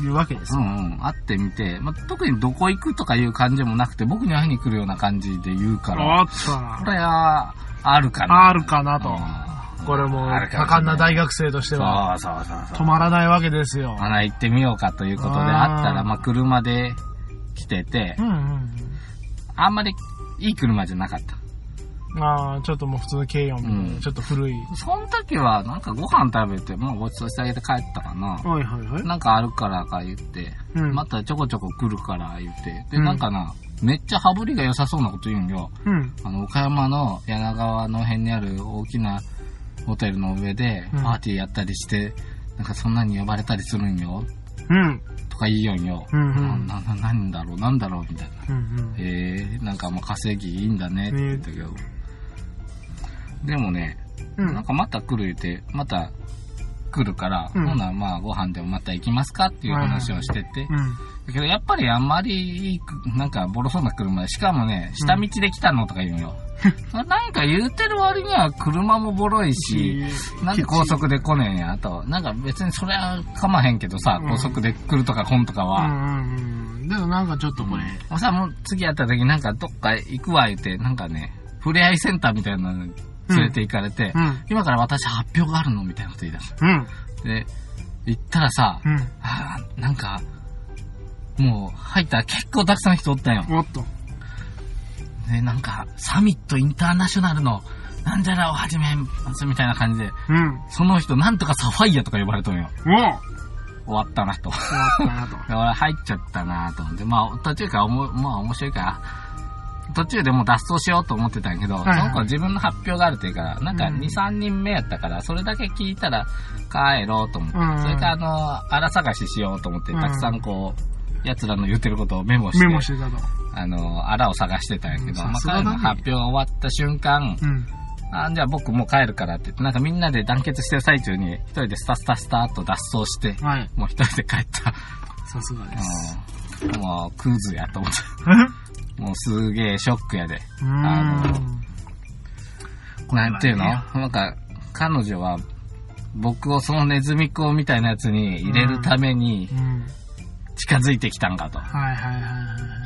[SPEAKER 2] いうわけです
[SPEAKER 1] う。んうん、会ってみて、まあ、特にどこ行くとかいう感じもなくて、僕に会いに来るような感じで言うから、
[SPEAKER 2] おっと
[SPEAKER 1] こ
[SPEAKER 2] な。
[SPEAKER 1] れは、あるかな。
[SPEAKER 2] あるかなと。
[SPEAKER 1] うん
[SPEAKER 2] これも、
[SPEAKER 1] あるか
[SPEAKER 2] 多
[SPEAKER 1] もしれ
[SPEAKER 2] 感な大学生としては、
[SPEAKER 1] そうそうそうそう。
[SPEAKER 2] 止まらないわけですよ。
[SPEAKER 1] まだ行ってみようかということで
[SPEAKER 2] あー
[SPEAKER 1] あったら、まあ、車で来てて
[SPEAKER 2] う、んうん
[SPEAKER 1] あんまりいい車じゃなかった。
[SPEAKER 2] うん。ああ、ちょっともう普通の軽音みたいな
[SPEAKER 1] うん
[SPEAKER 2] ちょっと古い。
[SPEAKER 1] その時は、なんかご飯食べて、まあ、ごちそうしてあげて帰ったかな。
[SPEAKER 2] はいはいはい。
[SPEAKER 1] なんかあるからか言って、
[SPEAKER 2] うん
[SPEAKER 1] またちょこちょこ来るから言って、で、
[SPEAKER 2] うん
[SPEAKER 1] なんかな、めっちゃ羽振りが良さそうなこと言うんよ。
[SPEAKER 2] うん。
[SPEAKER 1] あの、岡山の柳川の辺にある大きなホテルの上で
[SPEAKER 2] うん
[SPEAKER 1] パーティーやったりして、なんかそんなに呼ばれたりするんよ、
[SPEAKER 2] うん。
[SPEAKER 1] とか言いよんよ。
[SPEAKER 2] うんう。
[SPEAKER 1] なんな、な、なんだろう、なんだろう、みたいな。
[SPEAKER 2] うん
[SPEAKER 1] へえなんかもう稼ぎいいんだねって言ったけど。でもね、
[SPEAKER 2] うん。う
[SPEAKER 1] なん
[SPEAKER 2] ん。
[SPEAKER 1] かまた来る言うて、また来るから、
[SPEAKER 2] うん
[SPEAKER 1] ほなまあご飯でもまた行きますかっていう話をしてて。
[SPEAKER 2] うん。
[SPEAKER 1] だけどやっぱりあんまりいいく、なんかボロそうな車で、しかもね、下道で来たのとか言うよ。なんか言うてる割には車もボロいし、なんで高速で来ねえんや、と。なんか別にそれはかまへんけどさ、
[SPEAKER 2] うん
[SPEAKER 1] 高速で来るとか来んとか
[SPEAKER 2] う
[SPEAKER 1] は。
[SPEAKER 2] んうんうん。でもなんかちょっとこれ、
[SPEAKER 1] おさ、もう次会った時なんかどっか行くわ言って、なんかね、ふれあいセンターみたいなのに連れて行かれて、
[SPEAKER 2] うん。
[SPEAKER 1] 今から私発表があるのみたいなこと言い出す。
[SPEAKER 2] うん。
[SPEAKER 1] で、行ったらさ、
[SPEAKER 2] う
[SPEAKER 1] あーなんか、もう入ったら結構たくさん人おったんよ。
[SPEAKER 2] ん。おっと。
[SPEAKER 1] で、なんか、サミットインターナショナルの、なんじゃらを始めますみたいな感じで、
[SPEAKER 2] うん。
[SPEAKER 1] <laughs> その人なんとかサファイアとか呼ばれとんよ。
[SPEAKER 2] おう
[SPEAKER 1] 終わったなと。
[SPEAKER 2] 終わったなと。
[SPEAKER 1] で俺入っちゃったなと思って、まあ途中からおも、まあ面白いから、途中でもう脱走しようと思ってたんやけど、
[SPEAKER 2] いはい
[SPEAKER 1] その子は自分の発表があるっていうから、なんか
[SPEAKER 2] うん
[SPEAKER 1] 2、3人目やったから、それだけ聞いたら帰ろうと思って、
[SPEAKER 2] うん
[SPEAKER 1] それからあの、荒探ししようと思って、
[SPEAKER 2] うん
[SPEAKER 1] たくさんこう、奴らの言ってることをメモして、
[SPEAKER 2] メモしてたと。
[SPEAKER 1] あの、荒を探してたんやけど、
[SPEAKER 2] うん
[SPEAKER 1] まあ
[SPEAKER 2] さすがだ
[SPEAKER 1] 彼
[SPEAKER 2] ね
[SPEAKER 1] の発表が終わった瞬間、
[SPEAKER 2] うん。
[SPEAKER 1] あじゃあ僕もう帰るからって言って、なんかみんなで団結してる最中に、一人でスタスタスタっと脱走して、
[SPEAKER 2] はい。
[SPEAKER 1] もう一人で帰った。
[SPEAKER 2] さすがです。
[SPEAKER 1] うんもう、クズやと思っうもうすげえショックやで。
[SPEAKER 2] うーん。
[SPEAKER 1] あ
[SPEAKER 2] これはね
[SPEAKER 1] なんていうのなんか、彼女は、僕をそのネズミ子みたいなやつに入れるために
[SPEAKER 2] うん。
[SPEAKER 1] 近づいてきたんかと。
[SPEAKER 2] はいはいはいはい。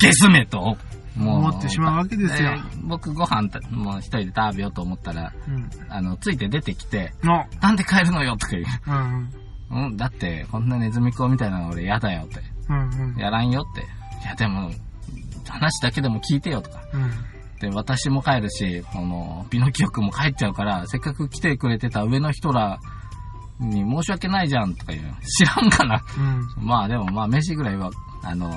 [SPEAKER 1] ゲスめと。も
[SPEAKER 2] 思ってしまうわけですよ
[SPEAKER 1] えー僕ご飯たもう一人で食べようと思ったら、
[SPEAKER 2] うん。
[SPEAKER 1] あの、ついて出てきて、
[SPEAKER 2] の。
[SPEAKER 1] なんで帰るのよとか言う。
[SPEAKER 2] うん。
[SPEAKER 1] うん、だって、こんなネズミ子みたいなの俺嫌だよって。
[SPEAKER 2] うんうん。
[SPEAKER 1] やらんよって。いや、でも、話だけでも聞いてよとか。
[SPEAKER 2] うん。
[SPEAKER 1] で、私も帰るし、あの、ピノキオ君も帰っちゃうから、せっかく来てくれてた上の人らに申し訳ないじゃんとか言う。知らんかな。
[SPEAKER 2] うん。
[SPEAKER 1] まあでもまあ飯ぐらいは、あの、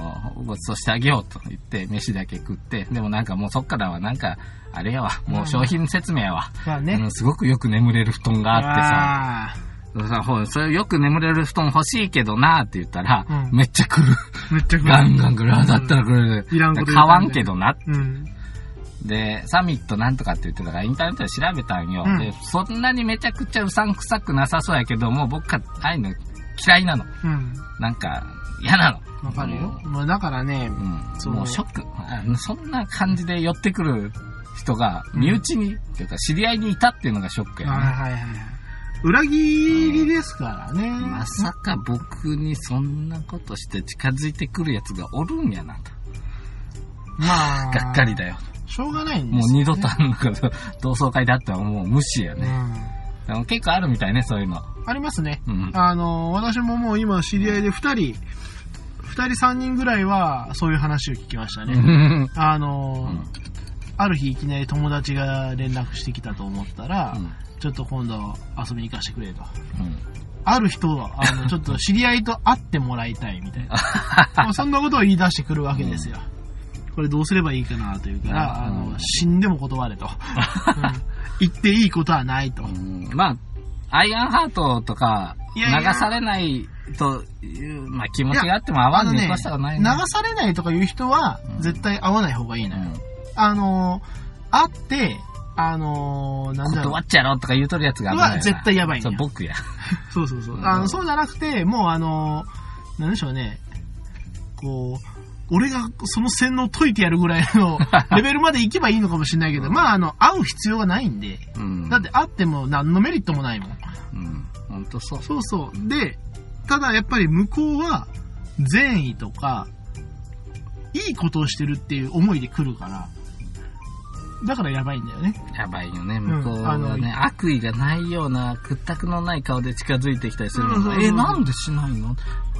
[SPEAKER 1] ごちそうしてあげようと言って、飯だけ食って、でもなんかもうそっからはなんか、あれやわ、もう商品説明やわ。
[SPEAKER 2] まあ
[SPEAKER 1] う
[SPEAKER 2] ね。
[SPEAKER 1] んすごくよく眠れる布団があって
[SPEAKER 2] あって
[SPEAKER 1] さ、さほうそれよく眠れる布団欲しいけどなって言ったら、
[SPEAKER 2] うん
[SPEAKER 1] めっちゃ
[SPEAKER 2] <laughs>
[SPEAKER 1] 来る。
[SPEAKER 2] さ。めっちゃ不
[SPEAKER 1] ガ
[SPEAKER 2] 安
[SPEAKER 1] ンガン来る。あだったら来る。
[SPEAKER 2] いらんこと言う
[SPEAKER 1] 買わんけどな。
[SPEAKER 2] うん。
[SPEAKER 1] で、サミットなんとかって言ってたから、インターネットで調べたんよ。
[SPEAKER 2] うん
[SPEAKER 1] で、そんなにめちゃくちゃうさんくさくなさそうやけど、もう僕はああいうの嫌いなの。
[SPEAKER 2] うん。
[SPEAKER 1] なんか、嫌なの。
[SPEAKER 2] わかるよ。まあだからね、
[SPEAKER 1] うん、
[SPEAKER 2] そう
[SPEAKER 1] もうショックあのそんな感じで寄ってくる人が身内に、っていうか知り合いにいたっていうのがショックや
[SPEAKER 2] はい
[SPEAKER 1] ね、
[SPEAKER 2] はいはい。裏切りですからね。
[SPEAKER 1] まさか僕にそんなことして近づいてくるやつがおるんやなと
[SPEAKER 2] まあ、
[SPEAKER 1] がっかりだよ
[SPEAKER 2] しょうがないんですよ、ね。
[SPEAKER 1] もう二度とあんなこと同窓会だったらもう無視や
[SPEAKER 2] う
[SPEAKER 1] ね、
[SPEAKER 2] ん。
[SPEAKER 1] でも結構あるみたいねそういうの
[SPEAKER 2] ありますね。
[SPEAKER 1] うん
[SPEAKER 2] あの、私ももう今知り合いで二人、二人三人ぐらいはそういう話を聞きましたね。
[SPEAKER 1] うん
[SPEAKER 2] あの、
[SPEAKER 1] うん
[SPEAKER 2] ある日いきなり友達が連絡してきたと思ったら、
[SPEAKER 1] うん
[SPEAKER 2] ちょっと今度遊びに行かせてくれと。ある人は、あ
[SPEAKER 1] <laughs>
[SPEAKER 2] の、ちょっと知り合いと会ってもらいたいみたいな。まあそんなことを言い出してくるわけですよ。これどうすればいいかなというから、あ
[SPEAKER 1] うん
[SPEAKER 2] の、死んでも断
[SPEAKER 1] <laughs>
[SPEAKER 2] れと、うん言っていいことはないと。
[SPEAKER 1] うんまあアイアンハートとか
[SPEAKER 2] い
[SPEAKER 1] 流
[SPEAKER 2] やいや
[SPEAKER 1] されないという、まあ、気持ちがあっても合わ
[SPEAKER 2] あ
[SPEAKER 1] ん
[SPEAKER 2] の
[SPEAKER 1] に
[SPEAKER 2] ね、
[SPEAKER 1] 越
[SPEAKER 2] 流
[SPEAKER 1] したらないな
[SPEAKER 2] されないとかいう人は
[SPEAKER 1] う、ん
[SPEAKER 2] 絶対会わない方がいいのよ。
[SPEAKER 1] うん
[SPEAKER 2] あの、会って、あの、なんだろう
[SPEAKER 1] 断。っちゃろとか言うとるやつが危ないよ
[SPEAKER 2] は
[SPEAKER 1] な
[SPEAKER 2] 絶対やばいん
[SPEAKER 1] そ
[SPEAKER 2] よ
[SPEAKER 1] れ僕や。
[SPEAKER 2] そうそうそう
[SPEAKER 1] う。ん
[SPEAKER 2] あの、そうじゃなくて、もうあの、なんでしょうね。こう、俺がその洗脳解いてやるぐらい
[SPEAKER 1] <laughs>
[SPEAKER 2] のレベルまで行けばいいのかもしれないけど、まあ、あの、会う必要がないんで、
[SPEAKER 1] うん
[SPEAKER 2] だって会っても何のメリットもないもん。
[SPEAKER 1] うん。ほんとそう。
[SPEAKER 2] そうそう。で、ただやっぱり向こうは、善意とか、いいことをしてるっていう思いで来るから、だからやばいんだよね。
[SPEAKER 1] やばいよね、向こう
[SPEAKER 2] あ
[SPEAKER 1] は
[SPEAKER 2] の
[SPEAKER 1] ね。悪意がないような、屈託のない顔で近づいてきたりする
[SPEAKER 2] うん
[SPEAKER 1] の
[SPEAKER 2] そう
[SPEAKER 1] が
[SPEAKER 2] そう
[SPEAKER 1] え、なんでしないの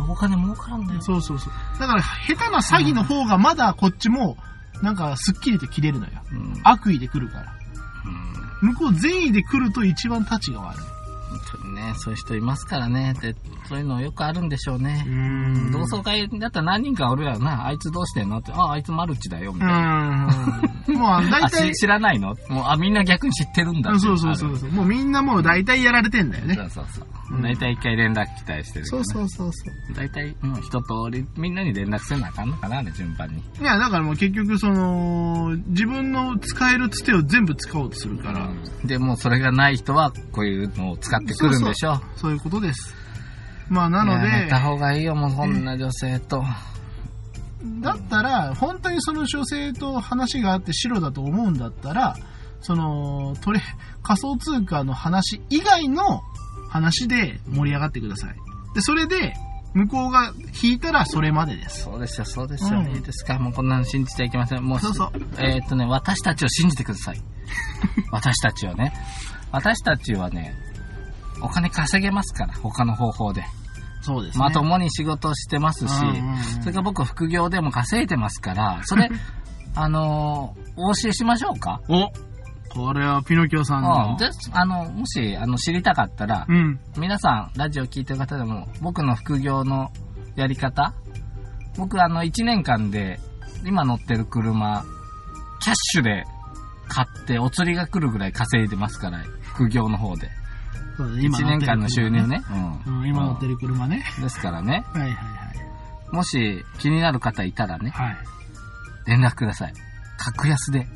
[SPEAKER 1] お金儲からんだよ。
[SPEAKER 2] そうそうそう。だから、下手な詐欺の方がまだこっちも、なんか、すっきりと切れるのよ。
[SPEAKER 1] うん。うん。
[SPEAKER 2] 悪意で来るから。向こう善意で来ると一番立ちが悪い。
[SPEAKER 1] 本当にね、そういう人いますからね。で、そういうのよくあるんでしょうね。
[SPEAKER 2] ん
[SPEAKER 1] 同窓会だったら何人かおるやろな。あいつどうしてんのって、あ、あいつマルチだよ、み
[SPEAKER 2] う
[SPEAKER 1] たいな。
[SPEAKER 2] ん。もうあの、大
[SPEAKER 1] あ、
[SPEAKER 2] 体
[SPEAKER 1] し、知らないのもう、あ、みんな逆に知ってるんだ
[SPEAKER 2] <laughs> う
[SPEAKER 1] っていの
[SPEAKER 2] ん
[SPEAKER 1] が
[SPEAKER 2] そ
[SPEAKER 1] あ
[SPEAKER 2] う
[SPEAKER 1] る
[SPEAKER 2] そうそうそう。もうみんなもう大体やられてんだよ
[SPEAKER 1] そ
[SPEAKER 2] ね。
[SPEAKER 1] うそうそうう。
[SPEAKER 2] ん
[SPEAKER 1] 大体一回連絡来たりしてるか
[SPEAKER 2] そ
[SPEAKER 1] ら
[SPEAKER 2] う
[SPEAKER 1] ね。
[SPEAKER 2] そうそうそう。
[SPEAKER 1] 大体、うん、一通り、みんなに連絡せなあかんのかな、あれ、順番に。
[SPEAKER 2] いや、だからもう結局その、自分の使えるつてを全部使おうとするから、
[SPEAKER 1] で、もうそれがない人は、こういうのを使ってくるんでしょ。
[SPEAKER 2] そういうことです。まあなの
[SPEAKER 1] やめ
[SPEAKER 2] で、
[SPEAKER 1] た方がいいよ、もうこんな女性と。
[SPEAKER 2] だったら、本当にその女性と話があって白だと思うんだったら、その、トレ、仮想通貨の話以外の話で盛り上がってください。で、それで、向こうが引いたらそれまでです。
[SPEAKER 1] そうですよ、そうですよ、
[SPEAKER 2] うん
[SPEAKER 1] いいですか。もうこんなの信じてはいけません。もう、
[SPEAKER 2] そうそう
[SPEAKER 1] えーっとね、私たちを信じてくださ
[SPEAKER 2] <laughs>
[SPEAKER 1] い。私たちをね。私たちはね、お金稼げますから、他の方法で。
[SPEAKER 2] そうですね。
[SPEAKER 1] まともに仕事してますし、
[SPEAKER 2] うんうんうん
[SPEAKER 1] それから僕副業でも稼いでますから、
[SPEAKER 2] <laughs>
[SPEAKER 1] それ、あのーお教えしましょうか
[SPEAKER 2] おこれはピノキオさん
[SPEAKER 1] うん、
[SPEAKER 2] の。
[SPEAKER 1] であのもしあの知りたかったら、
[SPEAKER 2] うん。
[SPEAKER 1] 皆さんラジオ聞いてる方でも僕の副業のやり方僕あの1年間で今乗ってる車キャッシュで買ってお釣りが来るぐらい稼いでますから副業の方で
[SPEAKER 2] そうだ
[SPEAKER 1] 1
[SPEAKER 2] 今乗ってる
[SPEAKER 1] 年間の収入
[SPEAKER 2] 車。
[SPEAKER 1] ね、
[SPEAKER 2] う
[SPEAKER 1] うん
[SPEAKER 2] ん、今乗ってる車ね。
[SPEAKER 1] うんですからね
[SPEAKER 2] はいはいはい。
[SPEAKER 1] もし気になる方いたらね
[SPEAKER 2] はい。
[SPEAKER 1] 連絡ください格安で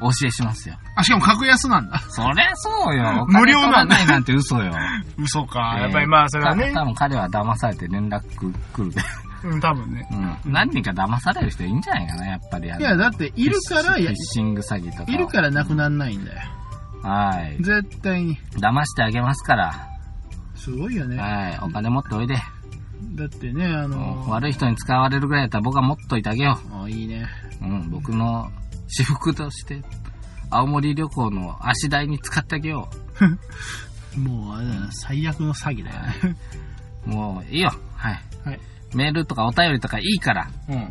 [SPEAKER 1] お教えしますよ
[SPEAKER 2] あ、しかも格安なん <laughs> だ。
[SPEAKER 1] そりゃ
[SPEAKER 2] <laughs>
[SPEAKER 1] そうよお金
[SPEAKER 2] 無料
[SPEAKER 1] 取
[SPEAKER 2] な
[SPEAKER 1] ら
[SPEAKER 2] んだ
[SPEAKER 1] ないなんて嘘
[SPEAKER 2] <laughs>
[SPEAKER 1] よ
[SPEAKER 2] 嘘か
[SPEAKER 1] えーた多分彼は騙されて連絡来るで。
[SPEAKER 2] うん、多分ね。
[SPEAKER 1] うん。何人か騙される人いいんじゃないかな、やっぱり。あの
[SPEAKER 2] いや、だって、いるから
[SPEAKER 1] フィ
[SPEAKER 2] や
[SPEAKER 1] ッ、シング詐欺とか。
[SPEAKER 2] いるからなくなんないんだよ。
[SPEAKER 1] はい。
[SPEAKER 2] 絶対に。
[SPEAKER 1] 騙してあげますから。
[SPEAKER 2] すごいよね。
[SPEAKER 1] はい。お金持っておいで。
[SPEAKER 2] だってね、あ
[SPEAKER 1] うん
[SPEAKER 2] の
[SPEAKER 1] 悪い人に使われるぐらいだったら僕は持っといてあげよ
[SPEAKER 2] あいいね。
[SPEAKER 1] う。うん。僕の私服として、青森旅行の足代に使ってあげよ
[SPEAKER 2] もう、あれだな、最悪の詐欺だよね。
[SPEAKER 1] う。もういいよ。はい。
[SPEAKER 2] はい。
[SPEAKER 1] メールとかお便りとかいいから。
[SPEAKER 2] うん。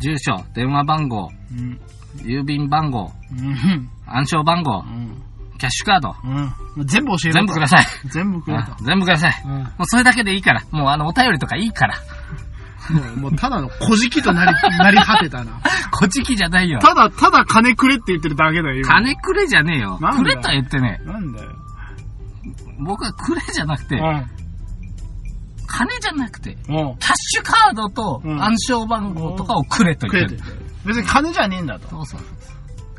[SPEAKER 1] 住所、電話番号、
[SPEAKER 2] うん。
[SPEAKER 1] 郵便番号、
[SPEAKER 2] うん。
[SPEAKER 1] 暗証番号
[SPEAKER 2] う、ん。
[SPEAKER 1] キャッシュカード、
[SPEAKER 2] うん。もう全部教えろと
[SPEAKER 1] 全部ください。
[SPEAKER 2] 全部くれ
[SPEAKER 1] うん全部ください。
[SPEAKER 2] と。
[SPEAKER 1] も
[SPEAKER 2] うん
[SPEAKER 1] うそれだけでいいから。もうあの、お便りとかいいから。 <laughs>
[SPEAKER 2] もうもうただの小じきと <laughs> なり、なり果てたな。
[SPEAKER 1] こっちきじゃないよ。
[SPEAKER 2] <laughs> ただ、ただ金くれって言ってるだけだよ、今
[SPEAKER 1] 金くれじゃねえよ
[SPEAKER 2] な。ん
[SPEAKER 1] く
[SPEAKER 2] だ
[SPEAKER 1] れ
[SPEAKER 2] よ
[SPEAKER 1] とは言ってね
[SPEAKER 2] なんだよ。
[SPEAKER 1] え。僕はくれじゃなくて、金じゃなくて、
[SPEAKER 2] うん。も
[SPEAKER 1] キャッシュカードと
[SPEAKER 2] うん
[SPEAKER 1] 暗証番号とかをくれと
[SPEAKER 2] う、く
[SPEAKER 1] 言っ
[SPEAKER 2] れって
[SPEAKER 1] て
[SPEAKER 2] 言
[SPEAKER 1] る。
[SPEAKER 2] ってる。別に金じゃねえんだと。
[SPEAKER 1] そうそうそう。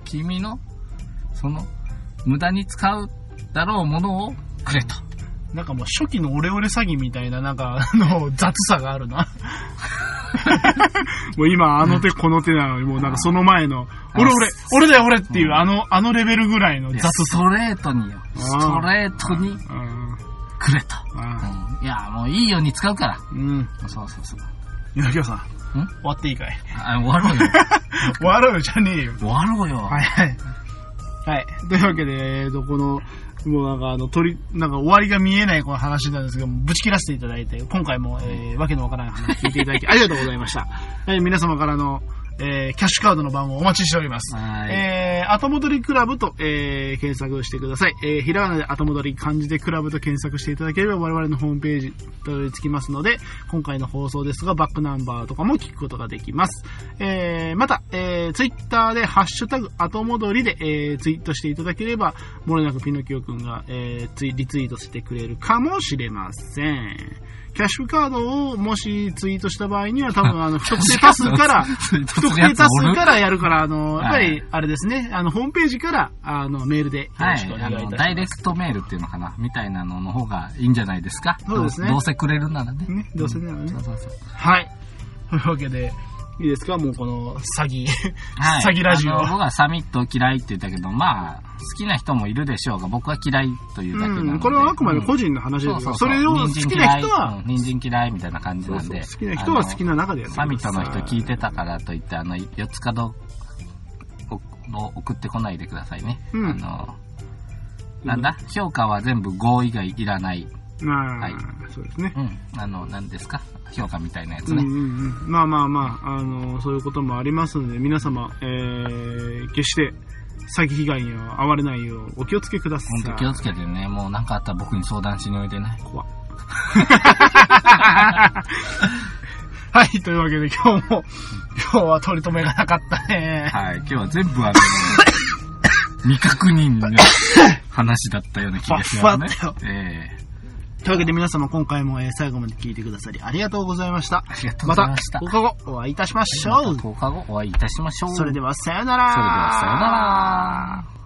[SPEAKER 1] 君の、その、無駄に使うだろうものをくれと。
[SPEAKER 2] なんかもう初期のオレオレ詐欺みたいな、なんか、あの、雑さがあるな。 <laughs> もう今、あの手この手なのに、もうなんかその前の、俺俺、俺だよ俺っていう、あの、あのレベルぐらいの
[SPEAKER 1] いや
[SPEAKER 2] 雑
[SPEAKER 1] ス
[SPEAKER 2] さ。
[SPEAKER 1] トレートによ。ストレートに
[SPEAKER 2] うん。
[SPEAKER 1] くれと。
[SPEAKER 2] あ
[SPEAKER 1] うんいや、もういいように使うから。
[SPEAKER 2] うん。
[SPEAKER 1] そうそうそう。
[SPEAKER 2] 稲城さん、
[SPEAKER 1] ん
[SPEAKER 2] 終わっていいかい
[SPEAKER 1] あ終わろうよ。
[SPEAKER 2] <laughs> 終わろうじゃねえよ。
[SPEAKER 1] 終わろうよ。
[SPEAKER 2] いはい。はい。というわけで、えーと、この、もうなんかあの、鳥、なんか終わりが見えないこの話なんですけども、ぶち切らせていただいて、今回も、えー、わけのわからない話聞いていただき、ありがとうございました。はい、皆様からの、えー、キャッシュカードの番号お待ちしております。
[SPEAKER 1] はい
[SPEAKER 2] えー、後戻りクラブと、えー、検索してください。えー、ひらがなで後戻り、漢字でクラブと検索していただければ、我々のホームページたどり着きますので、今回の放送ですが、バックナンバーとかも聞くことができます。えー、また、えー、ツイッターで、ハッシュタグ、後戻りで、えー、ツイートしていただければ、もれなくピノキオくんが、えー、ツイリツイートしてくれるかもしれません。キャッシュカードをもしツイートした場合には、多
[SPEAKER 1] <laughs>
[SPEAKER 2] 分、あの、不特定多数から、不特定多数からやるから、あの、やっぱ
[SPEAKER 1] は
[SPEAKER 2] り
[SPEAKER 1] い、
[SPEAKER 2] あれですね、あの、ホームページから、あの、メールでよ
[SPEAKER 1] は
[SPEAKER 2] ろしくお
[SPEAKER 1] い、あ
[SPEAKER 2] 願いい
[SPEAKER 1] の、
[SPEAKER 2] たし
[SPEAKER 1] ダイ
[SPEAKER 2] ま
[SPEAKER 1] レクトメールっていうのかな、みたいなのの方がいいんじゃないですか。
[SPEAKER 2] そうですね
[SPEAKER 1] どどうせくれるならね。
[SPEAKER 2] す。ね、どうせならね
[SPEAKER 1] そ。うそうそう。
[SPEAKER 2] はい。というわけで、いいですかもうこの、詐欺。
[SPEAKER 1] はい。
[SPEAKER 2] 詐欺ラジオ
[SPEAKER 1] あの僕はサミット嫌いって言ったけど、まあ、好きな人もいるでしょうが、僕は嫌いというだけなので。
[SPEAKER 2] うん、これはあくまで個
[SPEAKER 1] 人
[SPEAKER 2] 人の話ですよ。
[SPEAKER 1] う
[SPEAKER 2] それを好きな人は、、
[SPEAKER 1] 人参嫌いうん人参嫌いみたいな感じ
[SPEAKER 2] そう
[SPEAKER 1] なん
[SPEAKER 2] そう
[SPEAKER 1] で。
[SPEAKER 2] 好きな人は好きな中でや
[SPEAKER 1] あ
[SPEAKER 2] っ
[SPEAKER 1] の
[SPEAKER 2] て
[SPEAKER 1] サミットの人聞い
[SPEAKER 2] て。
[SPEAKER 1] てたからといって、あの、四つ角をを送ってこないでくださいね。
[SPEAKER 2] うん
[SPEAKER 1] あの、なんだ評価は全部5以外いらない。
[SPEAKER 2] まあ、
[SPEAKER 1] はい
[SPEAKER 2] そうですね。
[SPEAKER 1] うん。あの、何ですか評価みたいなやつ
[SPEAKER 2] うんう
[SPEAKER 1] ね。
[SPEAKER 2] んうん、まあまあまあ、あの、そういうこともありますので、皆様、えー、決して、詐欺被害には遭われないよう、お気をつけくださ
[SPEAKER 1] ほん
[SPEAKER 2] い。
[SPEAKER 1] と気をつけてね。もう何かあったら僕に相談しにおいでね。
[SPEAKER 2] 怖っ <laughs> はい、というわけで今日も、今日は取り留めがなかったね。
[SPEAKER 1] はい。今日は全部
[SPEAKER 2] <laughs>
[SPEAKER 1] あの、未確認の話だったような気がしますね
[SPEAKER 2] ふわっ。
[SPEAKER 1] ええ
[SPEAKER 2] というわけで皆様今回もえー最後まで聞いてくださりありがとうございました。
[SPEAKER 1] ありがとうご
[SPEAKER 2] ま
[SPEAKER 1] ざ
[SPEAKER 2] た
[SPEAKER 1] いました。
[SPEAKER 2] 放課後お会いいたしましょう。
[SPEAKER 1] 10日後お会いいたしましょう。
[SPEAKER 2] それで
[SPEAKER 1] は、
[SPEAKER 2] はさよなら。
[SPEAKER 1] それではさよなら。